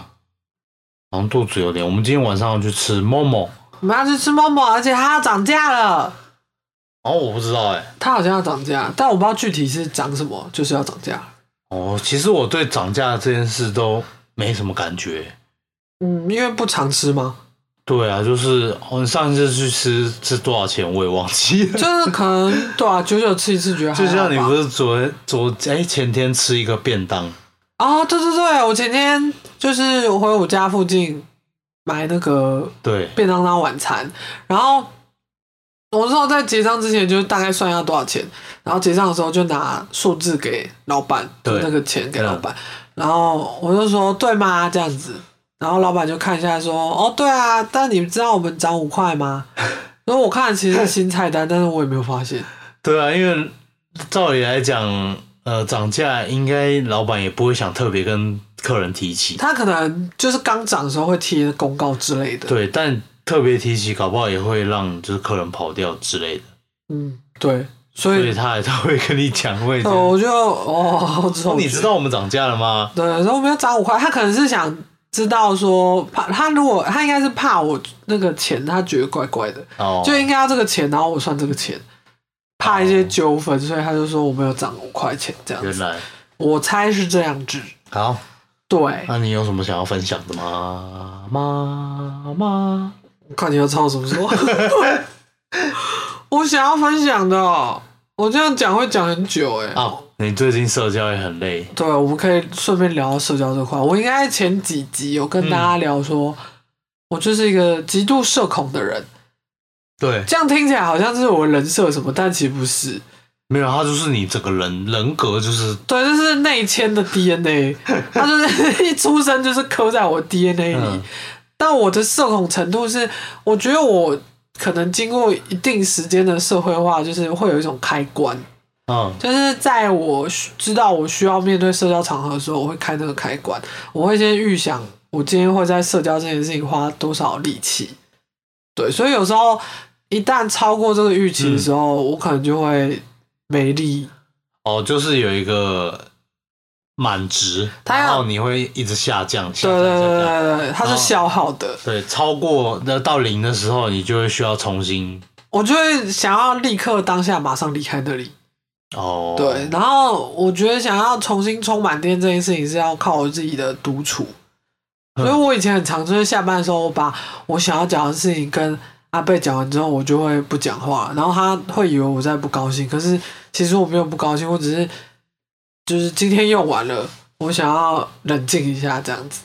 B: 好像肚子有点。我们今天晚上要去吃某某，
A: 我们要去吃某某，而且它要涨价了。
B: 哦，我不知道哎、
A: 它好像要涨价，但我不知道具体是涨什么，就是要涨价。
B: 哦，其实我对涨价这件事都没什么感觉、
A: 嗯，因为不常吃吗？ [laughs]
B: 对啊，就是我、哦、上次去吃吃多少钱我也忘记了。
A: 就是可能对啊，久久吃一次觉得还
B: [laughs] 就
A: 好吧
B: 像你不是昨天昨哎、前天吃一个便当，
A: 啊，对对对，我前天就是回我家附近买那个
B: 对
A: 便当当晚餐，然后我那时候在结账之前就大概算要多少钱，然后结账的时候就拿数字给老板，就
B: 对嗯
A: 那个钱给老板，然后我就说对吗？这样子，然后老板就看一下说哦对啊，但你知道我们涨五块吗？ [laughs] 然后我看其实是新菜单，但是我也没有发现。
B: 对啊，因为照理来讲，呃，涨价应该老板也不会想特别跟客人提起，
A: 他可能就是刚涨的时候会贴公告之类的。，
B: 对，但特别提起，搞不好也会让就是客人跑掉之类的，
A: 嗯，对，所
B: 所以
A: 以
B: 他也他会跟你讲，会
A: 呃，我就哦，之后
B: 你知道我们涨价了吗？
A: 对，然后我们要涨五块，他可能是想知道说怕他如果他应该是怕我那个钱，他觉得怪怪的，
B: 哦，
A: 就应该要这个钱，然后我算这个钱，怕一些纠纷，所以他就说我没有涨五块钱这样
B: 原
A: 子，
B: 来
A: 我猜是这样子。
B: 好。
A: 对， [laughs]
B: 那你有什么想要分享的吗？妈妈，
A: 看你要抄什么时候。 [laughs] 我想要分享的哦、我这样讲会讲很久哎、
B: 哦，你最近社交也很累，
A: 对，我们可以顺便聊到社交这块。我应该前几集有跟大
B: 嗯
A: 家聊说，我就是一个极度社恐的人。
B: 对，
A: 这样听起来好像是我人设什么，但其实不是。
B: 没有，他就是你整个人人格就是
A: 对，这是内嵌的 DNA，它就是一出生就是刻在我 DNA 里。
B: 嗯
A: 但我的社恐程度是，我觉得我可能经过一定时间的社会化，就是会有一种开关，
B: 嗯，
A: 就是在我需知道我需要面对社交场合的时候，我会开那个开关，我会先预想我今天会在社交这件事情花多少力气，对，所以有时候一旦超过这个预期的时候，我可能就会没力。
B: 哦，就是有一个满值，
A: 它要
B: 然后你会一直下降，下
A: 对对
B: 降，下
A: 对
B: 降。
A: 对对，它是消耗的。
B: 对，超过那到零的时候，你就会需要重新
A: 我就会想要立刻当下马上离开那里。
B: 哦，
A: 对，，然后我觉得想要重新充满电这件事情是要靠我自己的独处，
B: 嗯
A: 所以我以前很常就是下班的时候，我把我想要讲的事情跟阿贝讲完之后，我就会不讲话，然后他会以为我在不高兴，可是其实我没有不高兴，我只是就是今天用完了，我想要冷静一下这样子。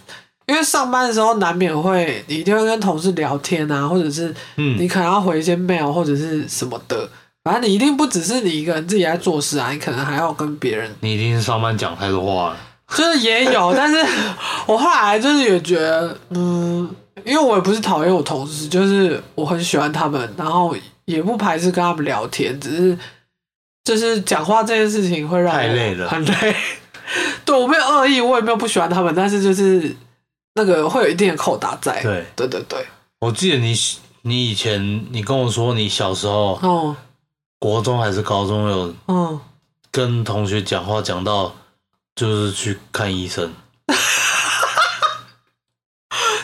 A: 因为上班的时候难免会，你一定会跟同事聊天啊，或者是你
B: 嗯，
A: 可能要回一些 mail 或者是什么的，反正你一定不只是你一个人自己在做事啊，你可能还要跟别人，
B: 你一定是上班讲太多话了，
A: 就是也 [laughs] 有，但是我后来就是也觉得，嗯，因为我也不是讨厌我同事，就是我很喜欢他们，然后也不排斥跟他们聊天，只是就是讲话这件事情会让我
B: 太累了
A: 很累。对我没有恶意，我也没有不喜欢他们，但是就是那个会有一定的扣打在。
B: 对
A: 对对对，
B: 我记得你你以前你跟我说你小时候
A: 哦，
B: 国中还是高中有
A: 嗯，
B: 跟同学讲话讲到就是去看医生，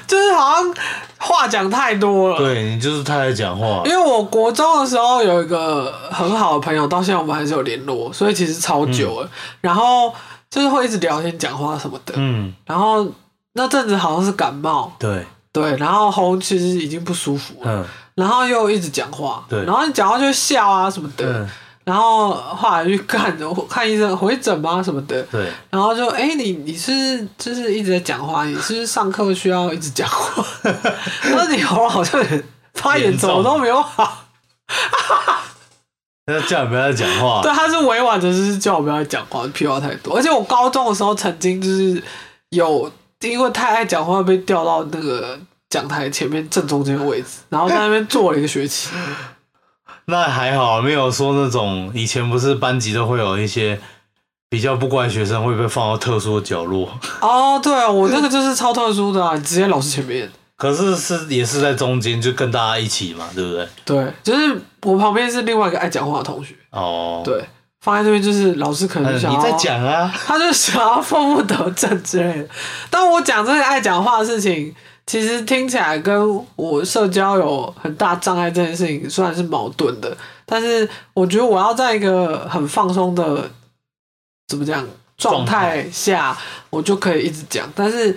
A: 就是好像话讲太多了。
B: 对你就是太爱讲话
A: 因，为我国中的时候有一个很好的朋友，到现在我们还是有联络，所以其实超久了。然后就是会一直聊天、讲话什么的。
B: 嗯嗯，
A: 然后那阵子好像是感冒，
B: 对，
A: 对，然后喉咙其实已经不舒服了，
B: 嗯
A: 然后又一直讲话，
B: 对
A: 然后你讲话就会笑啊什么的。
B: 嗯，
A: 然后后来去看看医生回诊吗什么的，
B: 对，
A: 然后就哎、你你是就是一直在讲话，你是不是上课需要一直讲话？ [laughs] 那你喉咙好像有点发炎，
B: 严
A: 怎
B: 重
A: 么都没有好。 [laughs]
B: 那叫你不要再讲话，
A: 对，他是委婉的，就是叫我不要讲话，屁话太多。而且我高中的时候曾经就是有因为太爱讲话被调到那个讲台前面正中间的位置，然后在那边坐了一个学期。
B: 那还好，没有说那种以前不是班级都会有一些比较不乖的学生会被放到特殊的角落，
A: 哦，对啊，我那个就是超特殊的、啊，直接老师前面。
B: 可是是也是在中间，就跟大家一起嘛，对不对？
A: 对，就是我旁边是另外一个爱讲话的同学，
B: 哦，，
A: 对，放在这边就是老师可能
B: 嗯，
A: 想
B: 你
A: 要
B: 在讲啊，
A: 他就想要负负得正之类的。但我讲这个爱讲话的事情，其实听起来跟我社交有很大障碍这件事情虽然是矛盾的，但是我觉得我要在一个很放松的怎么讲状
B: 状态
A: 态下，我就可以一直讲，但是。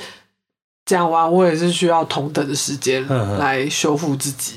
A: 讲完，我也是需要同等的时间
B: 嗯嗯
A: 来修复自己。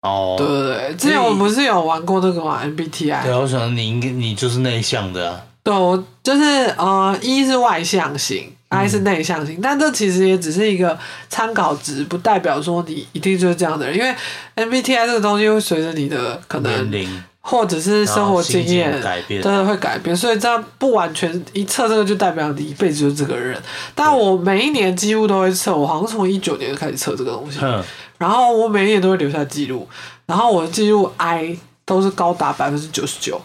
B: 哦，
A: 对对对，之前我们不是有玩过那个嘛 MBTI？
B: 对，我想你应该你就是内向的啊，
A: 对，我就是呃，一是外向型，I
B: 嗯
A: 是内向型，但这其实也只是一个参考值，不代表说你一定就是这样的人，因为 MBTI 这个东西会随着你的可
B: 年
A: 能
B: 龄、
A: 或者是生活经
B: 然后心
A: 验
B: 境改变
A: 真的会改变，所以这样不完全一测这个就代表你一辈子就是这个人。但我每一年几乎都会测，我好像从一九年开始测这个东西，
B: 哼，
A: 然后我每一年都会留下记录，然后我的记录 I 都是高达百分之九十九，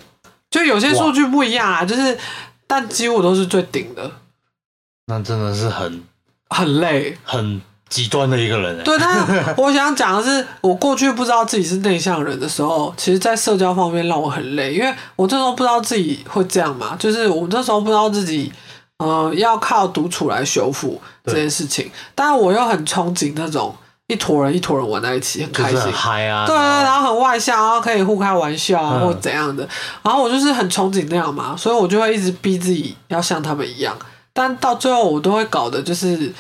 A: 就有些数据不一样啊，就是但几乎都是最顶的，
B: 那真的是很
A: 很累。
B: 很极端的一个人、欸，，
A: 对，但是我想讲的是，我过去不知道自己是内向人的时候，其实，在社交方面让我很累，因为我那时候不知道自己会这样嘛，就是我那时候不知道自己，嗯、要靠独处来修复这件事情，但我又很憧憬那种一坨人一坨人玩在一起，很
B: 就
A: 开
B: 是
A: 心，
B: 很嗨啊，
A: 对对，
B: 然
A: 然
B: 后
A: 后很外向，然啊后可以互开玩笑啊，
B: 嗯
A: 或怎样的。然后我就是很憧憬那样嘛，所以我就会一直逼自己要像他们一样。但到最后，我都会搞的就是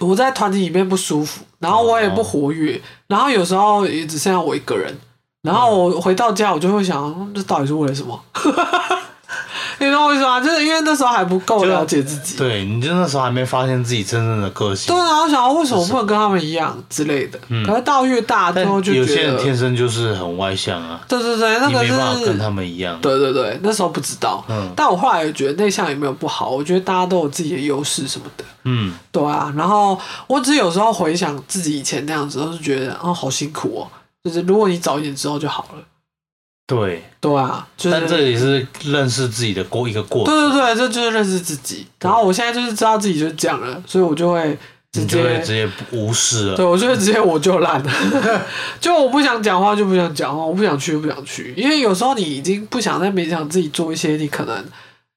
A: 我在团体里面不舒服，然后我也不活
B: 哦
A: 跃，然后有时候也只剩下我一个人。然后我回到家，我就会想，嗯这到底是为了什么？ [laughs] 你懂我意思吗？就是因为那时候还不够
B: 就
A: 了解自己，
B: 对，你就那时候还没发现自己真正的个性
A: 对，，啊然后想为什么不能跟他们一样之类的。
B: 嗯
A: 可是到越大之
B: 但
A: 后，就
B: 有些
A: 觉
B: 人
A: 得，
B: 天生就是很外向啊，
A: 对对对，那
B: 你
A: 个
B: 没办法
A: 是
B: 跟他们一样，
A: 对对对，那时候不知道，
B: 嗯
A: 但我后来也觉得内向也没有不好，我觉得大家都有自己的优势什么的，
B: 嗯，
A: 对啊。然后我只是有时候回想自己以前那样子，都是觉得哦好辛苦哦，就是如果你早一点知道就好了，
B: 对。
A: 对啊，就
B: 但
A: 是
B: 这也是认识自己的过一个过
A: 对
B: 程。
A: 对对，这就是认识自己。然后我现在就是知道自己就是这样了，所以我就会直
B: 你就会
A: 接
B: 直接无视了。
A: 对，我就会直接我就烂了， [laughs] 就我不想讲话就不想讲话，我不想去就不想去，因为有时候你已经不想再勉强自己做一些你可能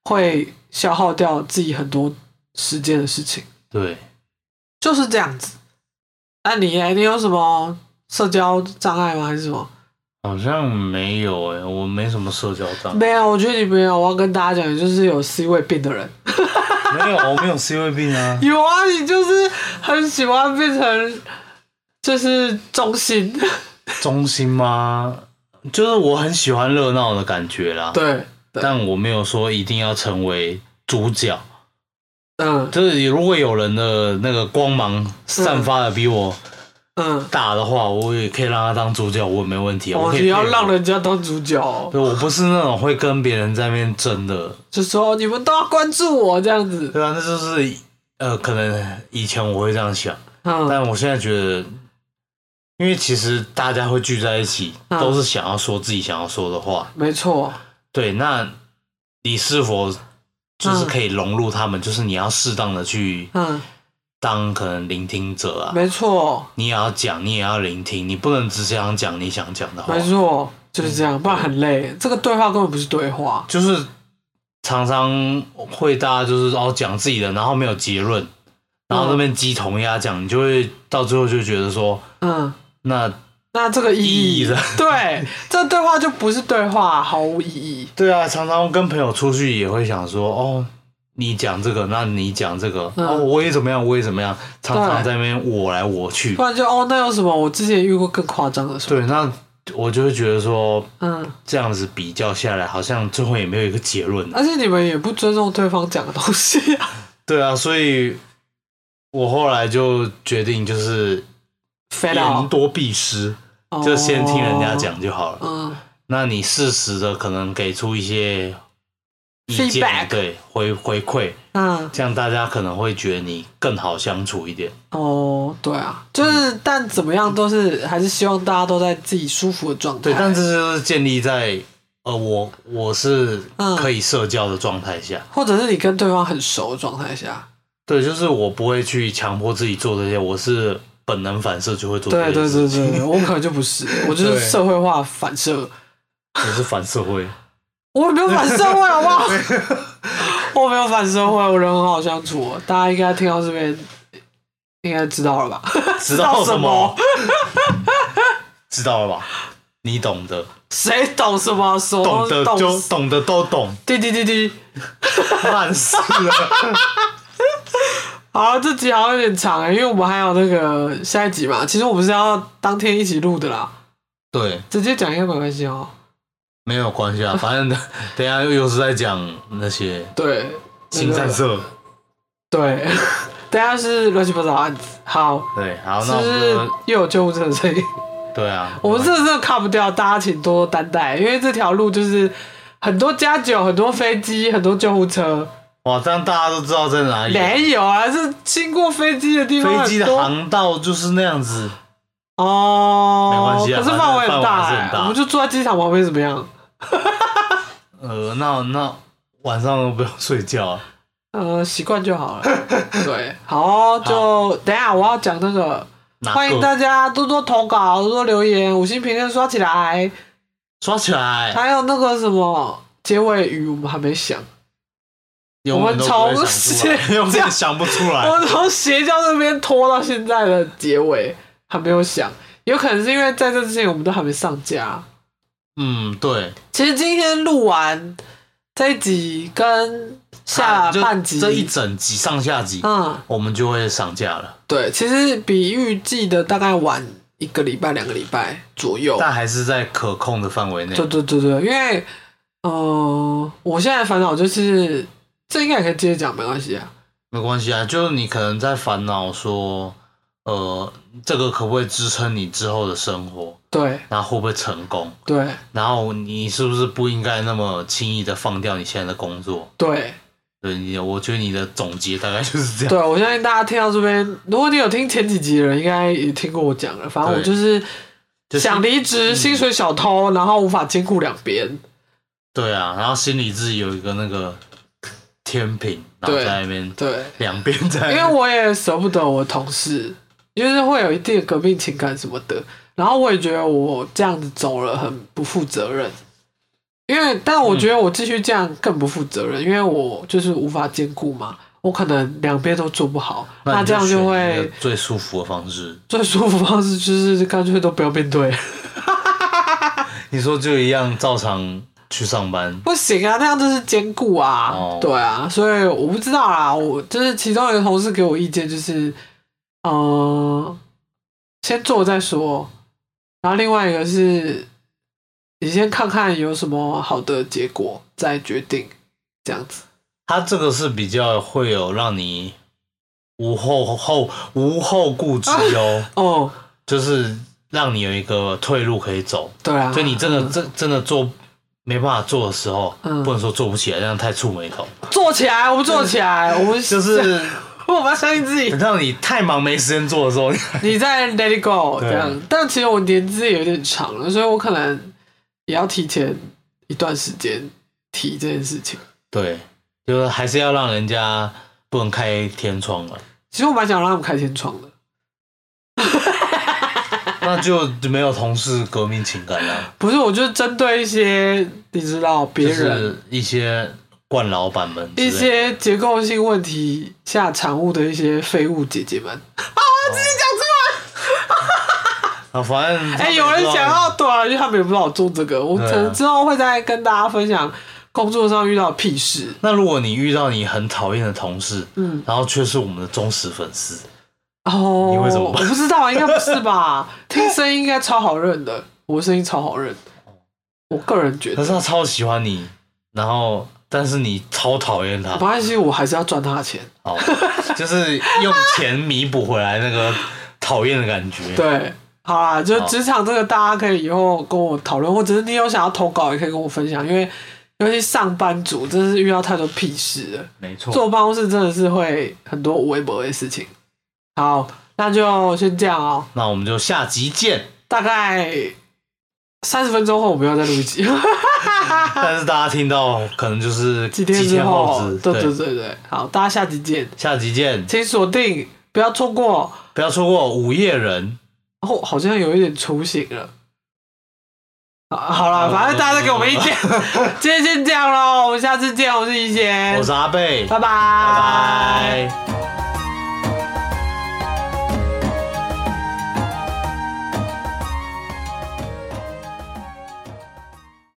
A: 会消耗掉自己很多时间的事情，
B: 对，
A: 就是这样子。那你耶你有什么社交障碍吗？还是什么？
B: 好像没有诶、我没什么社交障碍，
A: 没有，我觉得你没有。我要跟大家讲，你就是有 C 位病的人。
B: 没有，我没有 C 位病啊。
A: 有啊，你就是很喜欢变成就是中心。
B: 中心吗？就是我很喜欢热闹的感觉啦，
A: [laughs] 对，对
B: 但我没有说一定要成为主角。
A: 嗯
B: 就是如果有人的那个光芒散发的比我
A: 嗯，
B: 大的话，我也可以让他当主角，我也没问题啊。我
A: 哦，
B: 可以
A: 你要
B: 配合
A: 让人家当主角哦、
B: 对我不是那种会跟别人在那边争的，
A: 就说你们都要关注我这样子。
B: 对啊，那就是呃，可能以前我会这样想，
A: 嗯
B: 但我现在觉得，因为其实大家会聚在一起，
A: 嗯
B: 都是想要说自己想要说的话，
A: 没错，
B: 对，那你是否就是
A: 嗯
B: 可以融入他们？就是你要适当的去
A: 嗯，
B: 当可能聆听者啊，
A: 没错，
B: 你也要讲，你也要聆听，你不能只想讲你想讲的话
A: 没，错，就是这样，不然很累。这个对话根本不是对话。
B: 就是常常会大家就是哦讲自己的，然后没有结论，然后那边鸡同鸭讲，你就会到最后就觉得说，
A: 嗯，
B: 那
A: 那这个意
B: 意义
A: 义
B: 的，
A: 对，这对话就不是对话，毫无意义。
B: [laughs] 对啊，常常跟朋友出去也会想说，哦，你讲这个，那你讲这个，
A: 嗯
B: 哦，我也怎么样，我也怎么样，常常
A: 对
B: 在那边我来我去
A: 不，然就哦，那有什么？我之前也遇过更夸张的事。
B: 对，那我就会觉得说，
A: 嗯，
B: 这样子比较下来，好像最后也没有一个结论、啊。
A: 而且你们也不尊重对方讲的东西
B: [laughs]
A: 啊，
B: 对啊，所以我后来就决定就是
A: 肥佬
B: 言多必失，就先听人
A: 哦
B: 家。讲就好了。
A: 嗯，
B: 那你适时的可能给出一些意见
A: Feedback
B: 对回回馈，
A: 嗯，
B: 这样大家可能会觉得你更好相处一点。
A: 哦，对啊，就是，
B: 嗯
A: 但怎么样都是，还是希望大家都在自己舒服的状态。
B: 对，但这就是建立在呃，我我是
A: 嗯
B: 可以社交的状态下。
A: 或者是你跟对方很熟的状态下，
B: 对，就是我不会去强迫自己做这些，我是本能反射就会做这
A: 对
B: 些。
A: 对对对，对我可能就不是，我就是
B: 对
A: 社会化反射，
B: 我是反社
A: [laughs]
B: 会。
A: 我也没有反社会，好不 [laughs] 好？我没有反社会，我人很好相处，大家应该听到这边应该知道了 [laughs] 吧？
B: 知道什
A: 什
B: 么
A: 么？
B: [laughs] 知道了吧？你懂的，
A: 谁懂什么？什么
B: 懂的
A: 懂
B: 就懂的都
A: [laughs]
B: 懂，
A: 滴滴滴滴。
B: 烂死了。
A: 好，这集好像有点长哎、因为我们还有那个下一集嘛。其实我们是要当天一起录的啦，
B: [laughs] 对，
A: 直接讲应该没关系哦、
B: 没有关系啊，反
A: [laughs]
B: 正等一下又又是在讲那些
A: 对，
B: 新战
A: 色。
B: 社。
A: 对， [laughs] 等一下是乱七八糟的案子。好，
B: 对，好，那
A: 是
B: 我
A: 不是
B: 们
A: 又有救护车的
B: [laughs]
A: 声音？
B: 就对啊，
A: 我们这真的看不掉，大家请多多担待，因为这条路就是很多家酒、很多飞机、很多救护车。
B: 哇，这样大家都知道在哪里。
A: 没有啊，是经过飞机的地方
B: 哎飞机的
A: 很多
B: 航道就是那样子，
A: 哦，
B: 没关系啊
A: 可是范围很大、
B: 反正范围还是
A: 欸
B: 很，大
A: 我们就住在机场旁边怎么样？
B: 呃，那那晚上都不要睡觉啊。
A: 呃，习惯就
B: [laughs]
A: 好了。对，好哦、就等一下我要讲那个，
B: 哪
A: 欢迎
B: 个
A: 大家多多投稿、多多留言、五星评论刷起来，
B: 刷起来，
A: 还有那个什么结尾语我们还没想，
B: 永远都不会想出来
A: 我们从
B: [laughs] 永远想不出来
A: 我。们从邪教那边拖到现在的结尾还没有想，有可能是因为在这之前我们都还没上架。
B: 嗯，对，
A: 其实今天录完这一集跟下
B: 啊就
A: 半集，
B: 这一整集上下集，
A: 嗯，
B: 我们就会上架了，
A: 对，其实比预计的大概晚一个礼拜、两个礼拜左右。
B: 但还是在可控的范围内
A: 对。对对对，因为呃，我现在烦恼就是，这应该也可以直接讲，没关系啊。
B: 没关系啊，就是你可能在烦恼说，呃，这个可不可以支撑你之后的生活？
A: 对
B: 然后会不会成功？
A: 对
B: 然后你是不是不应该那么轻易的放掉你现在的工作？
A: 对
B: 对你，我觉得你的总结大概就是这样。
A: [laughs] 对，啊我相信大家听到这边，如果你有听前几集的人，应该也听过我讲了。反正我
B: 对
A: 就是
B: 就是嗯
A: 想离职，薪水小偷，然后无法兼顾两边。
B: 对啊，然后心里自己有一个那个天平，然后
A: 对
B: 在那边
A: 对，
B: 两边在
A: 因为
B: 那边，
A: 我也舍不得我同事，就是会有一定的革命情感什么的。然后我也觉得我这样子走了很不负责任，因为但
B: 嗯
A: 我觉得我继续这样更不负责任，因为我就是无法兼顾嘛，我可能两边都做不好，那
B: 你
A: 这样
B: 选
A: 就
B: 一
A: 会
B: 个最舒服的方式。
A: 最舒服的方式就是干脆都不要面对，
B: 你说就一样照常去上班，
A: 不行啊，那样就是兼顾啊，
B: 哦
A: 对啊，所以我不知道啦，我就是其中一个同事给我意见就是，呃，先做再说，然后另外一个是，你先看看有什么好的结果再决定，这样子。
B: 他这个是比较会有让你无后后无后顾之
A: [laughs]
B: 忧，
A: 哦，
B: 就是让你有一个退路可以走。
A: 对啊，
B: 所以你真的
A: 嗯
B: 真真的做没办法做的时候，
A: 嗯
B: 不能说做不起来，这样太触眉头，
A: 做起来，我们做起来，我们 [laughs]
B: 就是
A: 我们要相信自己。
B: 让你太忙没时间做的时候， [laughs]
A: 你在 Let It Go
B: 对
A: 这样，但其实我年纪也有点长了，所以我可能也要提前一段时间提这件事情。
B: 对，就是还是要让人家不能开天
A: [laughs]
B: 窗了，
A: 其实我蛮想让他们开天窗的，
B: 那就没有同事革命情感了，
A: 不是，我就是针对一些你知道别
B: 就
A: 人、
B: 是一些惯老板们之类
A: 一
B: 的，
A: 些结构性问题下产物的一些废物姐姐们。
B: 啊，反正
A: 哎、有人想要对啊，因为他们也不知道我做这个，我
B: 对啊
A: 可能之后会再跟大家分享工作上遇到的屁事。
B: 那如果你遇到你很讨厌的同事，
A: 嗯，
B: 然后却是我们的忠实粉丝，
A: 哦，
B: 你会怎么办
A: 我不知道，应该不是
B: [laughs]
A: 吧？听声音应该超好认的，我声音超好认，我个人觉
B: 可
A: 得。
B: 是他超喜欢你，然后但是你超讨厌他
A: [laughs] 没，关系，我还是要赚他的钱。
B: 哦，就是用钱弥补回来那个讨厌的感觉。
A: 对，好啦，就
B: 好
A: 职场这个，大家可以以后跟我讨论，或者是你有想要投稿，也可以跟我分享，因为尤其上班族真的是遇到太多屁事了，
B: 没错。
A: 坐办公室真的是会很多无微不微的事情。好，那就先这样哦、
B: 那我们就下集见。
A: 大概三十分钟后我们要再录一集。
B: 但是大家听到可能就是
A: 啊几天
B: 天
A: 之后
B: 之，
A: 对对对对，好，大家下集见，
B: 下集见，
A: 请锁定，不要错过。
B: 不要错过午夜人。
A: 哦，好像有一点雏形了。好，好了，
B: 嗯
A: 反正大家都给我们意 [laughs] 见，今天先这样喽，我们下次见，我是怡贤
B: 我，是阿贝，
A: 拜拜。
B: 拜拜